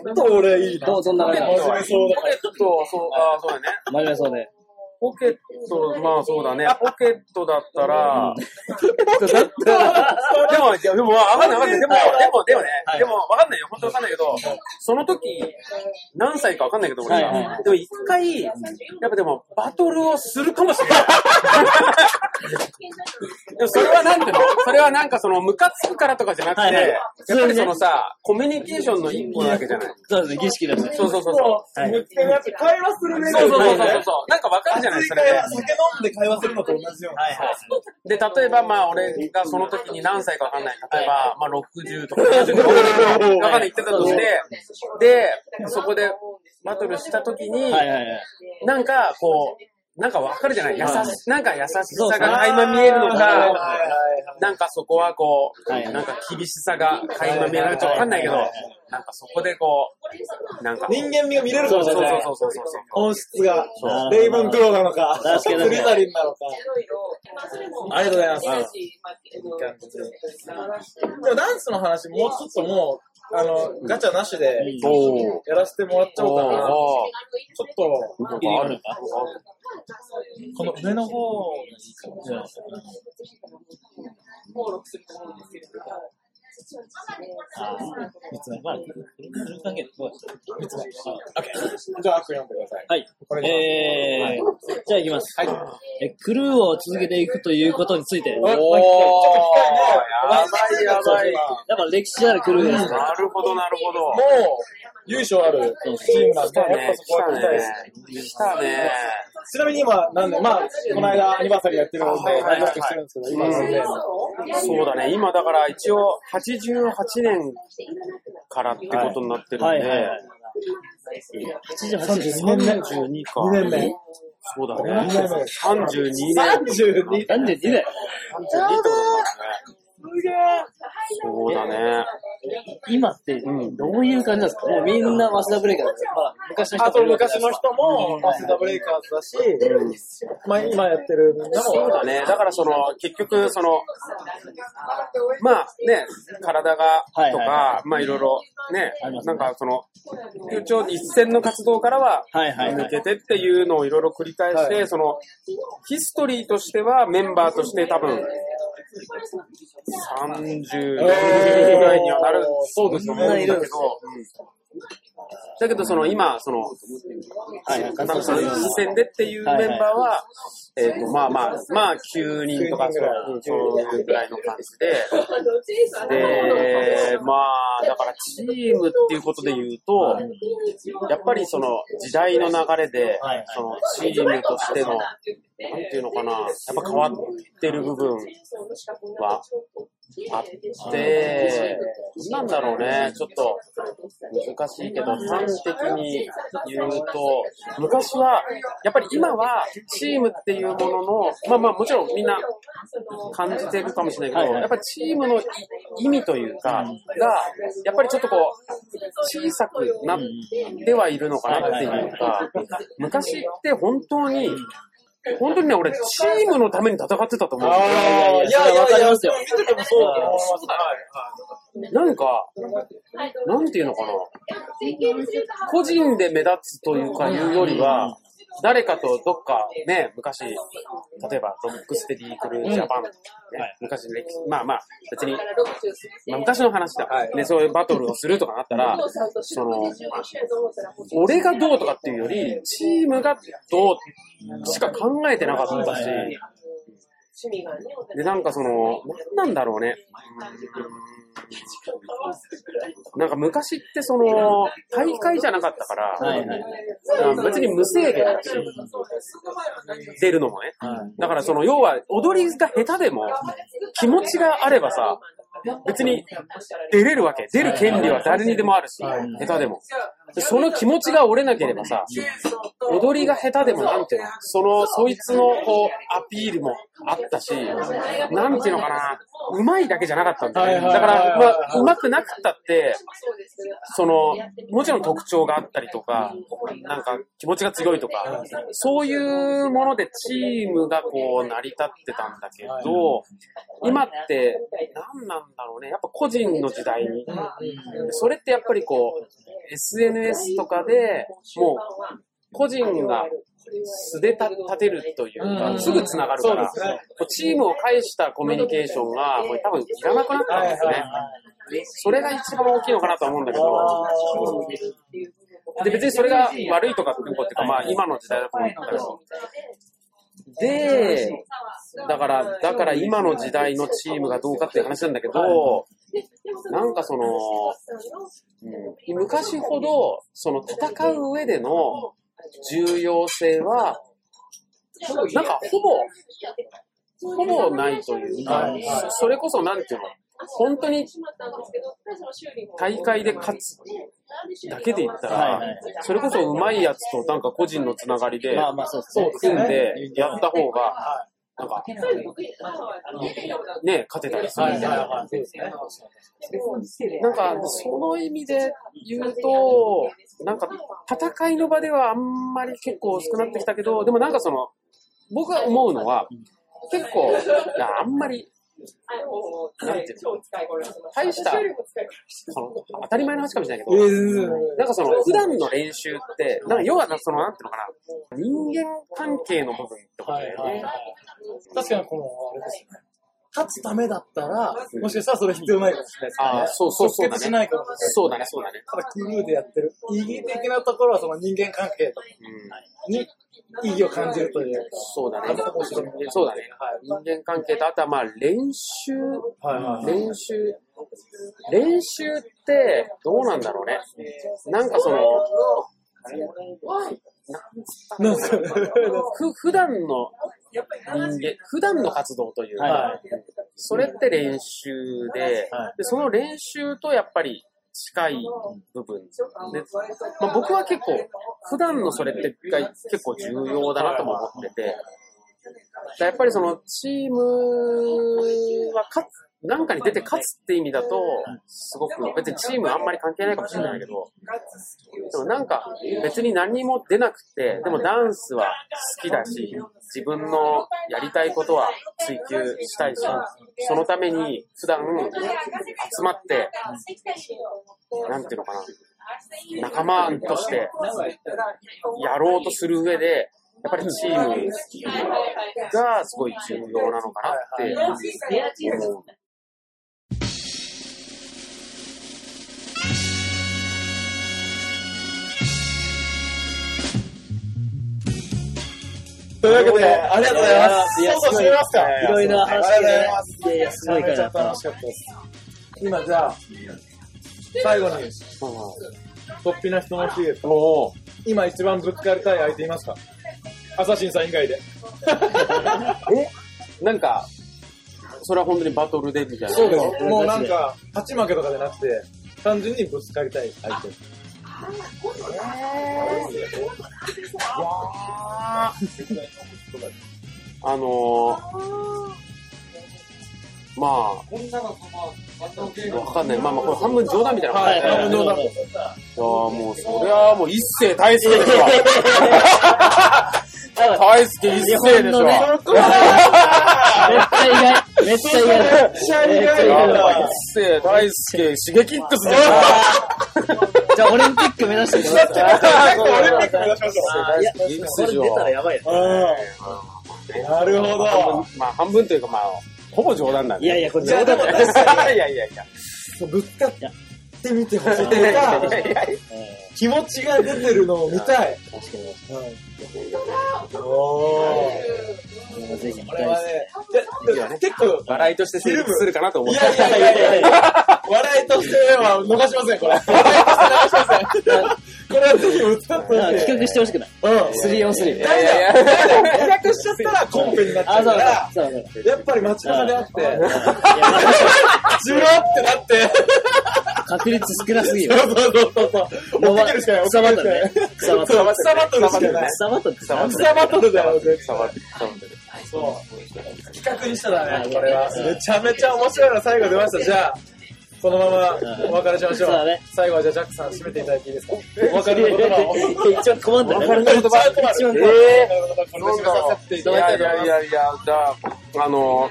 ポケット俺いいな。
どう、どんな感じなんだ
真面目そうだ
ポケット、そう、ああ、そうだね。
真面目そうで。
ポケット、まあそうだね。ポケットだったら、でも、いやでも、わかんない、わかんない。でも、でも、でもね、でも、わかんないよ。本当わかんないけど、その時、何歳かわかんないけど、俺
はいはいは
が。でも、一回、やっぱでも、バトルをするかもしれない。でもそれはなんていうのそれはなんかその、ムカつくからとかじゃなくて、
はいはい
やっぱりそのさ、コミュニケーションの一個なわけじゃない。
そうですね、儀式だし。
そうそうそうそ
はい
やっぱ会話する
う。
ね。
そうそうそう
は
そうそう。なんかわかるじゃないそれ
い
で
酒飲んで会話するのと同じような。
はいはい。
で、例えばまあ、俺がその時に何歳かわかんない。例えば、まあ、60とか70とか、わかんない言ってたとして、で、そこでバトルした時に、
はいはいはい。
なんかこう、なんかわかるじゃない優し
はい、
なんか優しさが垣間見えるの
はい
か、
はいはい
なんかそこはこう、
はい
なんか厳しさが垣間見えるかわかんないけど
はい、
なんかそこでこう、なんか、
人間味が見れるかもし
そう
れ
そう
ないう
そ。そうそう
本質が
そう、
レイブンクローなのか
確か、に
スリザリンなのか。ありがとうございます。でもダンスの話、もうちょっともう、あの、ガチャなしで
おー
やらせてもらっちゃおうかな。
お
ちょっと、
ーなんかある
この上の方、
三つ目。まあ、だけど、
じゃあ、アク読んでください。
はい。
これで
えー、じゃあ行きます。はい。え、クルーを続けていくということについて。
おー、やばいやばい。
だから歴史あるクルーですね。
なるほど、なるほど。
もう、優勝あるチームなんで、やっぱそこは行きたいです。
来たね。
ちなみに今、なんで、まあ、この間アニバーサリーやってるので、
はいはいはい
楽しくしてるんですけど、今なんで、
そうだね。今だから一応88年からってことになってるんで。
はいはいはい。88です。
32年
32か。
2年目。
そうだ
2
ね。
年目です。
32年。
32。
なんで2だよ。
32ってことだね。そうだね。
今って、どういう感じなんですかもうみんな早稲田ブレイカーです。まあ、昔の人
あと昔
ブ
の
レイ
人も、マスダブレイカーズだし、まあ今やってるみんなも、
そうだね。だからその、結局、その、まあね、体が、とか、
はいはいは
まあいろいろ、ね
ありま、す
な
ね
んかその、一応一線の活動からは、
カーズ。はいはいは
抜け
い。
てっていうのをいろいろ繰り返して、
は
その、ヒストリーとしてはメンバーとして多分、30年ぐらいにはなる、そうですと思うんだけど、うんだけどその今、その、
はい
多分その一戦でっていうメンバーは、えっと、まあまあ、まあ9人とか
9人
そ、
ぐらいう
そういうぐらいの感じで、で、まあ、だからチームっていうことで言うと、やっぱりその時代の流れで
はいはい、
そのチームとしての、なんていうのかな、やっぱ変わってる部分はあって、なんだろうね、ちょっと難しいけど、端的に言うと、昔は、やっぱり今はチームっていうものの、まあまあもちろんみんな感じてるかもしれな
は
いけ
いは
ど、
い
やっぱりチームの意味というか、が、やっぱりちょっとこう、小さくなってはいるのかなっていうか、昔って本当に、本当にね、俺、チームのために戦ってたと思う。
あーいやいやいや、
わかりますよ
見ててもそうだと思います。
なんか、なんていうのかな。個人で目立つというか、いうよりは、誰かとどっかね、昔、例えば、ロックステディクルージャパン、ね昔歴史、まあまあ、別に、まあ、昔の話だ、ね、そういうバトルをするとかなったら、その、俺がどうとかっていうより、チームがどうしか考えてなかったし、で、なんかその、なんなんだろうね。うーんなんか昔ってその、大会じゃなかったから、
はいはい。
だから別に無制限だし、出るのもね。だからその、要は、踊りが下手でも、気持ちがあればさ、別に出れるわけ。出る権利は誰にでもあるし、下手でも。でその気持ちが折れなければさ、踊りが下手でもなんていうの、その、そいつのこう、アピールもあったし、なんていうのかな、うまいだけじゃなかったんだよね。だから、まあ、うまくなくったって、その、もちろん特徴があったりとか、なんか気持ちが強いとか、そういうものでチームがこう成り立ってたんだけど、今って何なんだろうね。やっぱ個人の時代に。それってやっぱりこう、SNS とかでもう個人が素で立てるというか、すぐ繋がるから、こうチームを介したコミュニケーションがもう多分いらなくなったんですね。それが一番大きいのかなとは思うんだけど、で、別にそれが悪いとかってことっていうか、まあ今の時代だと思うんだけど、で、
だ
だ
か
から、
ら、
だ
だ
か
からら
今
今
の
の
時
時
代
代
の
の
チ
チ
ー
ー
ム
ム
が
が
ど
ど
う
う
か
か
っ
っててい
い
うう
話
話
な
なんん
だ
だ
け
け
ど
ど、、
なんかその、昔
昔
ほ
ほ
ど
ど、
その戦う上での重要性は、
なんかほぼ、
ほ
ほぼ
ぼ
な
ないいと
とい
いう
う
か
か、そ
そそ
れ
れ
こ
こ
そ
そ
な
なんん
て
て
い
いうう
の
の、
本当に大
大
会
会
で
で
勝
勝
つ
つ
だけで言ったら、
はいはい
そ
そ
れ
れ
こ
こ
そ
そ
上手
上手
い
い
や
や
つ
つ
と
と
な
なんん
か
か
個
個
人
人
の
の
つ
つ
な
な
が
が
り
り
で
で
まあまあそうです
そう
ね。
組んでやった方が、
な
なんん
か
か、
ね
ね、勝てたりするみたいな。
な
なんん
か
か、
そ
そ
の
の意味で
言
言
う
う
と
と、
な
なんん
か
か
戦
戦いの場ではあんまり結構少なってきたけど、でもなんかその、僕が思うのは、結構、いやあんまり、
なんていうの大
大
し
したたその当たり前の話かもしれないけ
え
ど、
ー
なんかその、普段の練習って、なんか要はな、その、なんていうのかな、人間関係の部分ってことだよね。
確かにこの、あれですね。勝つためだったら、もしかしたらそれ必要ないかもしれないです
ああ、そうそうそう
即
だ
決し
ね。
ないかもしれない。
そうだね、そうだね。
ただ、工夫でやってる。意義的なところはその人間関係
うん
に意義を感じるという。
そうだね
方かもしれない。。
そうだね。人間関係と、あとはまあ練習、
はいはいはい。
練習、練習ってどうなんだろうね。なんかその、
なんですかね。
ふ普段の人間、普段の活動というか、
は
それって練習で,、
は
で、その練習とやっぱり近い部分。でまあ、僕は結構、普段のそれってが結構重要だなとも思ってて、だからやっぱりそのチームは勝つ、なんかに出て勝つって意味だと、すごく、別にチームあんまり関係ないかもしれないけど、でもなんか別に何も出なくて、でもダンスは好きだし、自分のやりたいことは追求したいし、そのために普段集まって、なんていうのかな、仲間としてやろうとする上で、やっぱりチームがすごい重要なのかなって思う。
というわけで、ありがとうございます。
いや
そうそう、締めますか。
いろいろな
あり
話
がとう
が
ござ
ね
います。
いやいや、すごい
め
か
ちゃ
ら
めちゃ楽しかったです。今じゃあ、最後に、突飛な質問していいですか今一番ぶつかりたい相手いますかアサシンさん以外で。
なんか、それは本当にバトルでみたいな。
そうです。もうなんか、勝ち負けとかじゃなくて、単純にぶつかりたい相手。
あのー、まあ、わかんない。まあまあ、これ半分冗談みたいな感じで。
はい半分冗談
いやーもう、そりゃあもう一世大輔でしょ。大輔一世でしょ。
めっちゃ意外。めっちゃ意外。
シャリ
いや
が
一世大輔、シゲキックスでしょ。
じゃあ、オリンピック目指してみますか
オリンピック目指しまし
大輔ギックスでしょ。
やばいよ。
ょう。なるほど。
まあ、半分というか、まあ、ほぼ冗談だね。
いやいや、これ冗談だ
いやいやいやいや。
ぶつかってみてほしいとか、気持ちが出てるのを見たい。
確かに。
おー。
ぜひ見
こ
た
れ
いで
は
す。
ね、ででも結構、
笑いとして成立するかなと思
い
って。
やいやいやいやいや、笑いとしては逃しません、これ。笑いとして逃しません。これはぜひぶつかってほしい。
企画してほしくない。
うん。
3on3。
ダメだよ
いやいや
ダメだよ比較しちゃったらコンペになっちゃ
あ、
う
そう
から、
そう。そうそう。
やっぱり街中であって、
いや、ま
ジュラってなって、
あ確率少なすぎ
そ
る。
うそうそうそう、追っかけるしかない、追っ
草
か
バ
け
トル
る
ね
しかない。。
草バト
そう
ル。
草バトルしかない。
草バトルって なんだ
草バトルだよ、絶対
触って、触って。
そう。企画にしたらね、これは。めちゃめちゃ面白いの最後出ました。じゃあ、このままお別れしましょ
そうだ
う
ね。
最後はじゃあ、ジャックさん締めていただいていいですかお別れの言葉を。
一番困んだ
これ
ね。
の言葉、一番困る
え
これの言葉これで締めさせていた
い
だきた
や
い
い
と思いま
やい
す。
やいや、じゃあ、あの、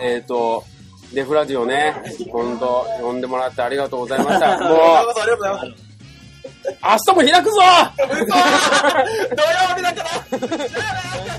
えっ、と、デフラジオね、本当呼んでもらってありがとうございました。
こ
もう、
ちらこそありがとうございます。
明日も開くぞ
土曜日だから